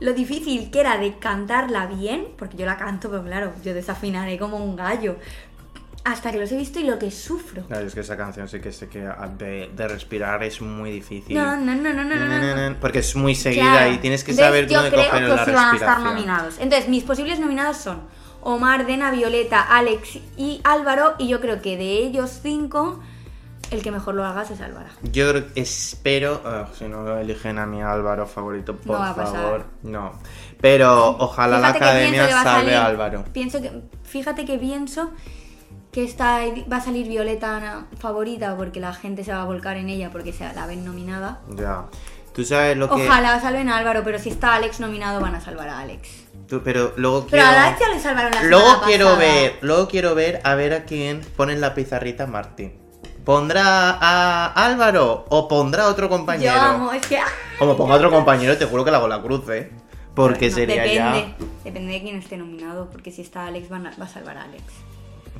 [SPEAKER 2] lo difícil que era de cantarla bien, porque yo la canto, pero claro, yo desafinaré como un gallo. Hasta que los he visto y lo que sufro.
[SPEAKER 1] No, es que esa canción sí que sé que ah, de, de respirar es muy difícil.
[SPEAKER 2] No, no, no, no, no, no. no.
[SPEAKER 1] Porque es muy seguida
[SPEAKER 2] Claro.
[SPEAKER 1] y tienes que
[SPEAKER 2] Entonces,
[SPEAKER 1] saber dónde
[SPEAKER 2] yo creo
[SPEAKER 1] coger
[SPEAKER 2] que
[SPEAKER 1] la
[SPEAKER 2] sí van a estar
[SPEAKER 1] respiración.
[SPEAKER 2] nominados. Entonces, mis posibles nominados son Omar, Dena, Violeta, Alex y Álvaro. Y yo creo que de ellos cinco, el que mejor lo hagas es Álvaro.
[SPEAKER 1] Yo creo- espero, ah, si no lo eligen a mi Álvaro favorito, por
[SPEAKER 2] va a pasar.
[SPEAKER 1] favor, no. Pero ojalá la
[SPEAKER 2] Fíjate que pienso
[SPEAKER 1] academia
[SPEAKER 2] que va a
[SPEAKER 1] salve a
[SPEAKER 2] salir-
[SPEAKER 1] Álvaro.
[SPEAKER 2] Pienso que, fíjate que pienso que esta edi- va a salir Violeta na- favorita porque la gente se va a volcar en ella porque se la ven nominada.
[SPEAKER 1] Ya. Tú sabes lo que.
[SPEAKER 2] Ojalá salven a Álvaro, pero si está Alex nominado van a salvar a Alex.
[SPEAKER 1] Tú- pero luego
[SPEAKER 2] Pero
[SPEAKER 1] quiero.
[SPEAKER 2] a Alex ya le salvaron la
[SPEAKER 1] luego
[SPEAKER 2] semana
[SPEAKER 1] quiero
[SPEAKER 2] pasada.
[SPEAKER 1] ver, luego quiero ver a ver a quién ponen la pizarrita Martín. ¿Pondrá a Álvaro o pondrá a otro compañero?
[SPEAKER 2] Yo amo, es que... ah,
[SPEAKER 1] Como ponga otro compañero, te juro que la hago la cruz, ¿eh? Porque
[SPEAKER 2] Bueno,
[SPEAKER 1] sería
[SPEAKER 2] depende,
[SPEAKER 1] ya.
[SPEAKER 2] Depende de quién esté nominado, porque si está Alex van a- va a salvar a Alex.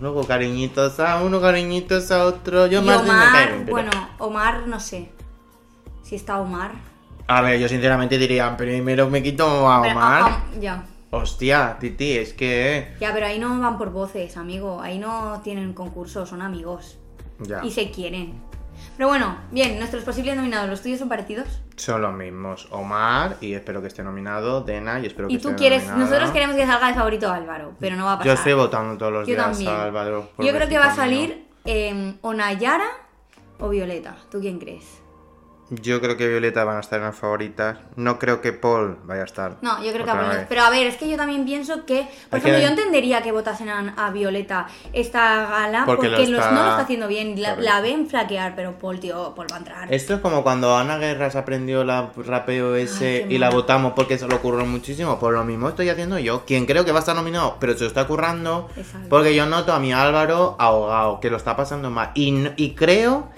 [SPEAKER 1] Luego cariñitos a uno, cariñitos a otro. Yo
[SPEAKER 2] y
[SPEAKER 1] Martín me
[SPEAKER 2] Omar,
[SPEAKER 1] cae bien, pero-
[SPEAKER 2] bueno, Omar no sé. Si está Omar.
[SPEAKER 1] A ver, yo sinceramente diría, primero me quito a
[SPEAKER 2] Pero,
[SPEAKER 1] Omar.
[SPEAKER 2] ah, ah, ya.
[SPEAKER 1] Hostia, Titi, es que.
[SPEAKER 2] Ya, pero ahí no van por voces, amigo. Ahí no tienen concurso, son amigos.
[SPEAKER 1] Ya.
[SPEAKER 2] Y se quieren. Pero bueno, bien, nuestros posibles nominados, ¿los tuyos son partidos?
[SPEAKER 1] Son los mismos. Omar, y espero que esté nominado. Dena, y espero que
[SPEAKER 2] Y tú
[SPEAKER 1] esté
[SPEAKER 2] quieres,
[SPEAKER 1] nominada.
[SPEAKER 2] nosotros queremos que salga de favorito Álvaro, pero no va a pasar.
[SPEAKER 1] Yo estoy votando todos los
[SPEAKER 2] Yo
[SPEAKER 1] días
[SPEAKER 2] también.
[SPEAKER 1] a Álvaro.
[SPEAKER 2] Yo creo que va a
[SPEAKER 1] pobrecito mío.
[SPEAKER 2] salir eh, o Nayara o Violeta. ¿Tú quién crees?
[SPEAKER 1] Yo creo que Violeta van a estar en las favoritas. No creo que Paul vaya a estar.
[SPEAKER 2] No, yo creo que
[SPEAKER 1] otra
[SPEAKER 2] a
[SPEAKER 1] vez.
[SPEAKER 2] Pero a ver, es que yo también pienso que. Por
[SPEAKER 1] Es que-
[SPEAKER 2] ejemplo, yo entendería que votasen a, a Violeta esta gala
[SPEAKER 1] Porque
[SPEAKER 2] porque,
[SPEAKER 1] lo
[SPEAKER 2] los-
[SPEAKER 1] está-
[SPEAKER 2] no lo está haciendo bien. La,
[SPEAKER 1] Correcto.
[SPEAKER 2] la ven flaquear, pero Paul, tío, Paul va a entrar.
[SPEAKER 1] Esto es como cuando Ana Guerra se aprendió la rapeo ese
[SPEAKER 2] Ay, qué
[SPEAKER 1] y la
[SPEAKER 2] mala.
[SPEAKER 1] votamos porque se lo ocurrió muchísimo. Por lo mismo estoy haciendo yo. Quien creo que va a estar nominado, pero se lo está currando.
[SPEAKER 2] Es Álvaro.
[SPEAKER 1] Porque yo noto a mi Álvaro ahogado, que lo está pasando mal. Y, n- y creo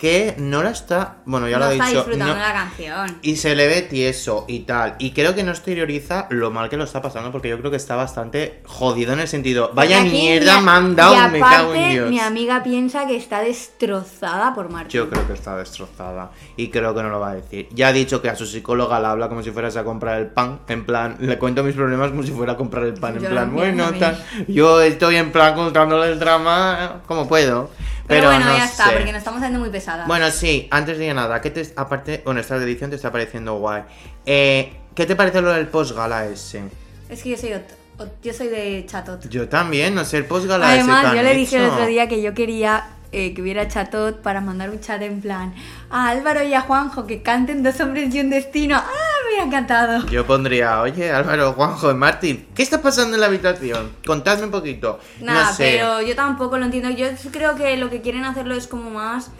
[SPEAKER 1] que no la está. Bueno, ya
[SPEAKER 2] no
[SPEAKER 1] lo he
[SPEAKER 2] está
[SPEAKER 1] dicho.
[SPEAKER 2] disfrutando
[SPEAKER 1] no-
[SPEAKER 2] la canción.
[SPEAKER 1] Y se le ve tieso y tal. Y creo que no exterioriza lo mal que lo está pasando porque yo creo que está bastante jodido en el sentido. Vaya
[SPEAKER 2] Aquí mi-
[SPEAKER 1] mierda, me han dado,
[SPEAKER 2] y aparte,
[SPEAKER 1] me cago en Dios.
[SPEAKER 2] Mi amiga piensa que está destrozada por Martín.
[SPEAKER 1] Yo creo que está destrozada y creo que no lo va a decir. Ya ha dicho que a su psicóloga le habla como si fueras a comprar el pan. En plan, le cuento mis problemas como si fuera a comprar el pan. En
[SPEAKER 2] Yo lo
[SPEAKER 1] plan,
[SPEAKER 2] entiendo
[SPEAKER 1] bueno,
[SPEAKER 2] bien.
[SPEAKER 1] tal. Yo estoy en plan contándole el drama como puedo. Pero,
[SPEAKER 2] pero, bueno,
[SPEAKER 1] no
[SPEAKER 2] ya está,
[SPEAKER 1] sé.
[SPEAKER 2] porque nos estamos haciendo muy pesadas.
[SPEAKER 1] Bueno, sí, antes de nada, ¿qué te, aparte, bueno, esta edición te está pareciendo guay. Eh, ¿Qué te parece lo del post-gala ese?
[SPEAKER 2] Es que yo soy, ot- ot- yo soy de chatot.
[SPEAKER 1] Yo también, no sé, el post-gala ese. que
[SPEAKER 2] Además,
[SPEAKER 1] han
[SPEAKER 2] yo le dije el
[SPEAKER 1] hecho.
[SPEAKER 2] otro día que yo quería eh, que hubiera chatot para mandar un chat en plan a Álvaro y a Juanjo que canten dos hombres y un destino. ¡Ah, me ha encantado!
[SPEAKER 1] Yo pondría, oye, Álvaro, Juanjo y Martín, ¿qué está pasando en la habitación? Contadme un poquito.
[SPEAKER 2] Nada,
[SPEAKER 1] no sé.
[SPEAKER 2] pero yo tampoco lo entiendo. Yo creo que lo que quieren hacerlo es como más.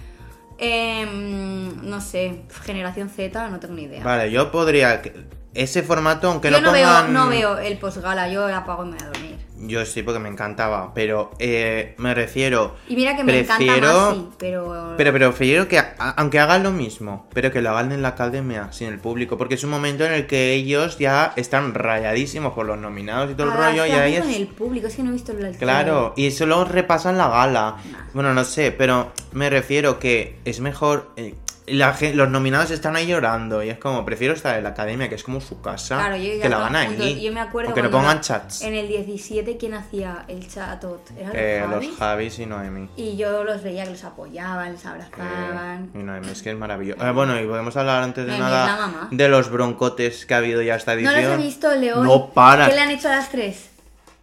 [SPEAKER 2] em, no sé, generación Z, no tengo ni idea.
[SPEAKER 1] Vale, yo podría. Ese formato, aunque
[SPEAKER 2] yo
[SPEAKER 1] no
[SPEAKER 2] no, veo,
[SPEAKER 1] pongan.
[SPEAKER 2] no veo el postgala, yo apago y me voy a dormir.
[SPEAKER 1] Yo sí, porque me encantaba, pero eh, me refiero.
[SPEAKER 2] Y mira que me
[SPEAKER 1] Prefiero-
[SPEAKER 2] encanta más, sí, pero.
[SPEAKER 1] Pero, pero prefiero que, a- aunque hagan lo mismo, pero que lo hagan en la academia, sin el público, porque es un momento en el que ellos ya están rayadísimos por los nominados y todo
[SPEAKER 2] Ah,
[SPEAKER 1] el rollo,
[SPEAKER 2] es
[SPEAKER 1] y
[SPEAKER 2] que a mí
[SPEAKER 1] ahí
[SPEAKER 2] con
[SPEAKER 1] es...
[SPEAKER 2] el público, es que no he visto el
[SPEAKER 1] Claro, y eso lo repasan la gala.
[SPEAKER 2] Nah.
[SPEAKER 1] Bueno, no sé, pero me refiero que es mejor... eh, la gen- los nominados están ahí llorando y es como, prefiero estar en la academia, que es como su casa,
[SPEAKER 2] Claro, yo ya
[SPEAKER 1] que la
[SPEAKER 2] estaba
[SPEAKER 1] van
[SPEAKER 2] junto.
[SPEAKER 1] ahí.
[SPEAKER 2] Yo me acuerdo
[SPEAKER 1] aunque no
[SPEAKER 2] cuando
[SPEAKER 1] pongan
[SPEAKER 2] era-
[SPEAKER 1] chats.
[SPEAKER 2] En el 17, ¿quién hacía el chatot? ¿Eran
[SPEAKER 1] Eh,
[SPEAKER 2] los,
[SPEAKER 1] los
[SPEAKER 2] Javis?
[SPEAKER 1] Javis y Noemi.
[SPEAKER 2] Y yo los veía que los apoyaban, les abrazaban.
[SPEAKER 1] Eh, y Noemi, es que es maravilloso. Eh, bueno, y podemos hablar antes de
[SPEAKER 2] Noemi es la
[SPEAKER 1] nada
[SPEAKER 2] mamá.
[SPEAKER 1] de los broncotes que ha habido ya esta
[SPEAKER 2] No
[SPEAKER 1] edición.
[SPEAKER 2] los he visto, el de hoy.
[SPEAKER 1] No para.
[SPEAKER 2] ¿Qué le han hecho a las tres?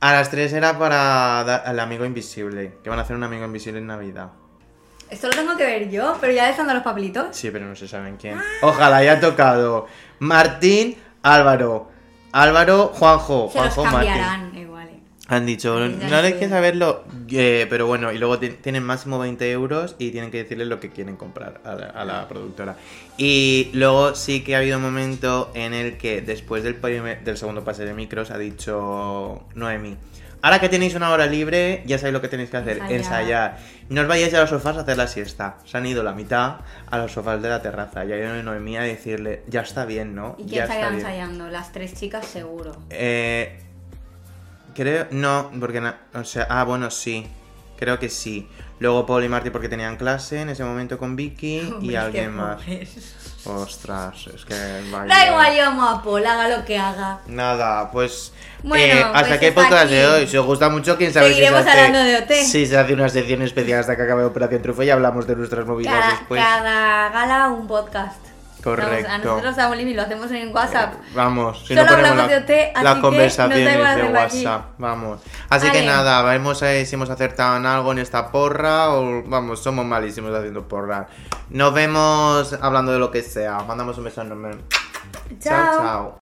[SPEAKER 1] A las 3 era para dar al amigo invisible, que van a hacer un amigo invisible en Navidad.
[SPEAKER 2] Esto lo tengo que ver yo, pero ya dejando los papelitos.
[SPEAKER 1] Sí, pero no se saben quién. Ojalá haya tocado Martín, Álvaro. Álvaro, Juanjo.
[SPEAKER 2] Se
[SPEAKER 1] Juanjo,
[SPEAKER 2] los
[SPEAKER 1] Martín.
[SPEAKER 2] cambiarán, igual. eh.
[SPEAKER 1] Han dicho,
[SPEAKER 2] Ay, ya
[SPEAKER 1] no les
[SPEAKER 2] sé.
[SPEAKER 1] quieres saberlo, eh, pero bueno, y luego ti- tienen máximo 20 euros y tienen que decirles lo que quieren comprar a la, a la productora. Y luego sí que ha habido un momento en el que después del, primer- del segundo pase de micros ha dicho Noemi, ahora que tenéis una hora libre, ya sabéis lo que tenéis que hacer,
[SPEAKER 2] Ensayar.
[SPEAKER 1] ensayar. No os vayáis a los sofás a hacer la siesta. Se han ido la mitad a los sofás de la terraza y ha ido Noemi a decirle, ya está bien, ¿no?
[SPEAKER 2] ¿Y
[SPEAKER 1] Ya
[SPEAKER 2] quién
[SPEAKER 1] está
[SPEAKER 2] estaría
[SPEAKER 1] bien".
[SPEAKER 2] ensayando? Las tres chicas seguro.
[SPEAKER 1] Eh, creo, no, porque, na- o sea, ah, bueno, sí, creo que sí. Luego Paul y Marty porque tenían clase en ese momento con Vicky y
[SPEAKER 2] Hombres, qué
[SPEAKER 1] alguien más.
[SPEAKER 2] pobres.
[SPEAKER 1] Ostras, es que vaya.
[SPEAKER 2] Da igual yo amo a Paul, haga lo que haga.
[SPEAKER 1] Nada, pues.
[SPEAKER 2] Bueno,
[SPEAKER 1] eh, hasta
[SPEAKER 2] pues
[SPEAKER 1] qué
[SPEAKER 2] hasta
[SPEAKER 1] podcast de
[SPEAKER 2] aquí.
[SPEAKER 1] hoy. Si os gusta mucho, quién sabe si se,
[SPEAKER 2] Seguiremos hablando de
[SPEAKER 1] hace,
[SPEAKER 2] OT.
[SPEAKER 1] si se hace una sección especial hasta que acabe Operación Trufo y hablamos de nuestras movidas
[SPEAKER 2] Cada,
[SPEAKER 1] después.
[SPEAKER 2] cada gala un podcast.
[SPEAKER 1] Correcto.
[SPEAKER 2] Vamos, a nosotros damos límite, lo hacemos en WhatsApp.
[SPEAKER 1] Vamos, si
[SPEAKER 2] Solo
[SPEAKER 1] no ponemos
[SPEAKER 2] hablamos
[SPEAKER 1] la-
[SPEAKER 2] de OT, así
[SPEAKER 1] las
[SPEAKER 2] que nos da
[SPEAKER 1] conversaciones
[SPEAKER 2] igual
[SPEAKER 1] de
[SPEAKER 2] hacerlo aquí.
[SPEAKER 1] WhatsApp. Vamos. Así
[SPEAKER 2] Vale.
[SPEAKER 1] que nada, veremos eh, si hemos acertado en algo en esta porra o vamos, somos malísimos haciendo porra. Nos vemos hablando de lo que sea. Mandamos un beso enorme.
[SPEAKER 2] Chao.
[SPEAKER 1] chao.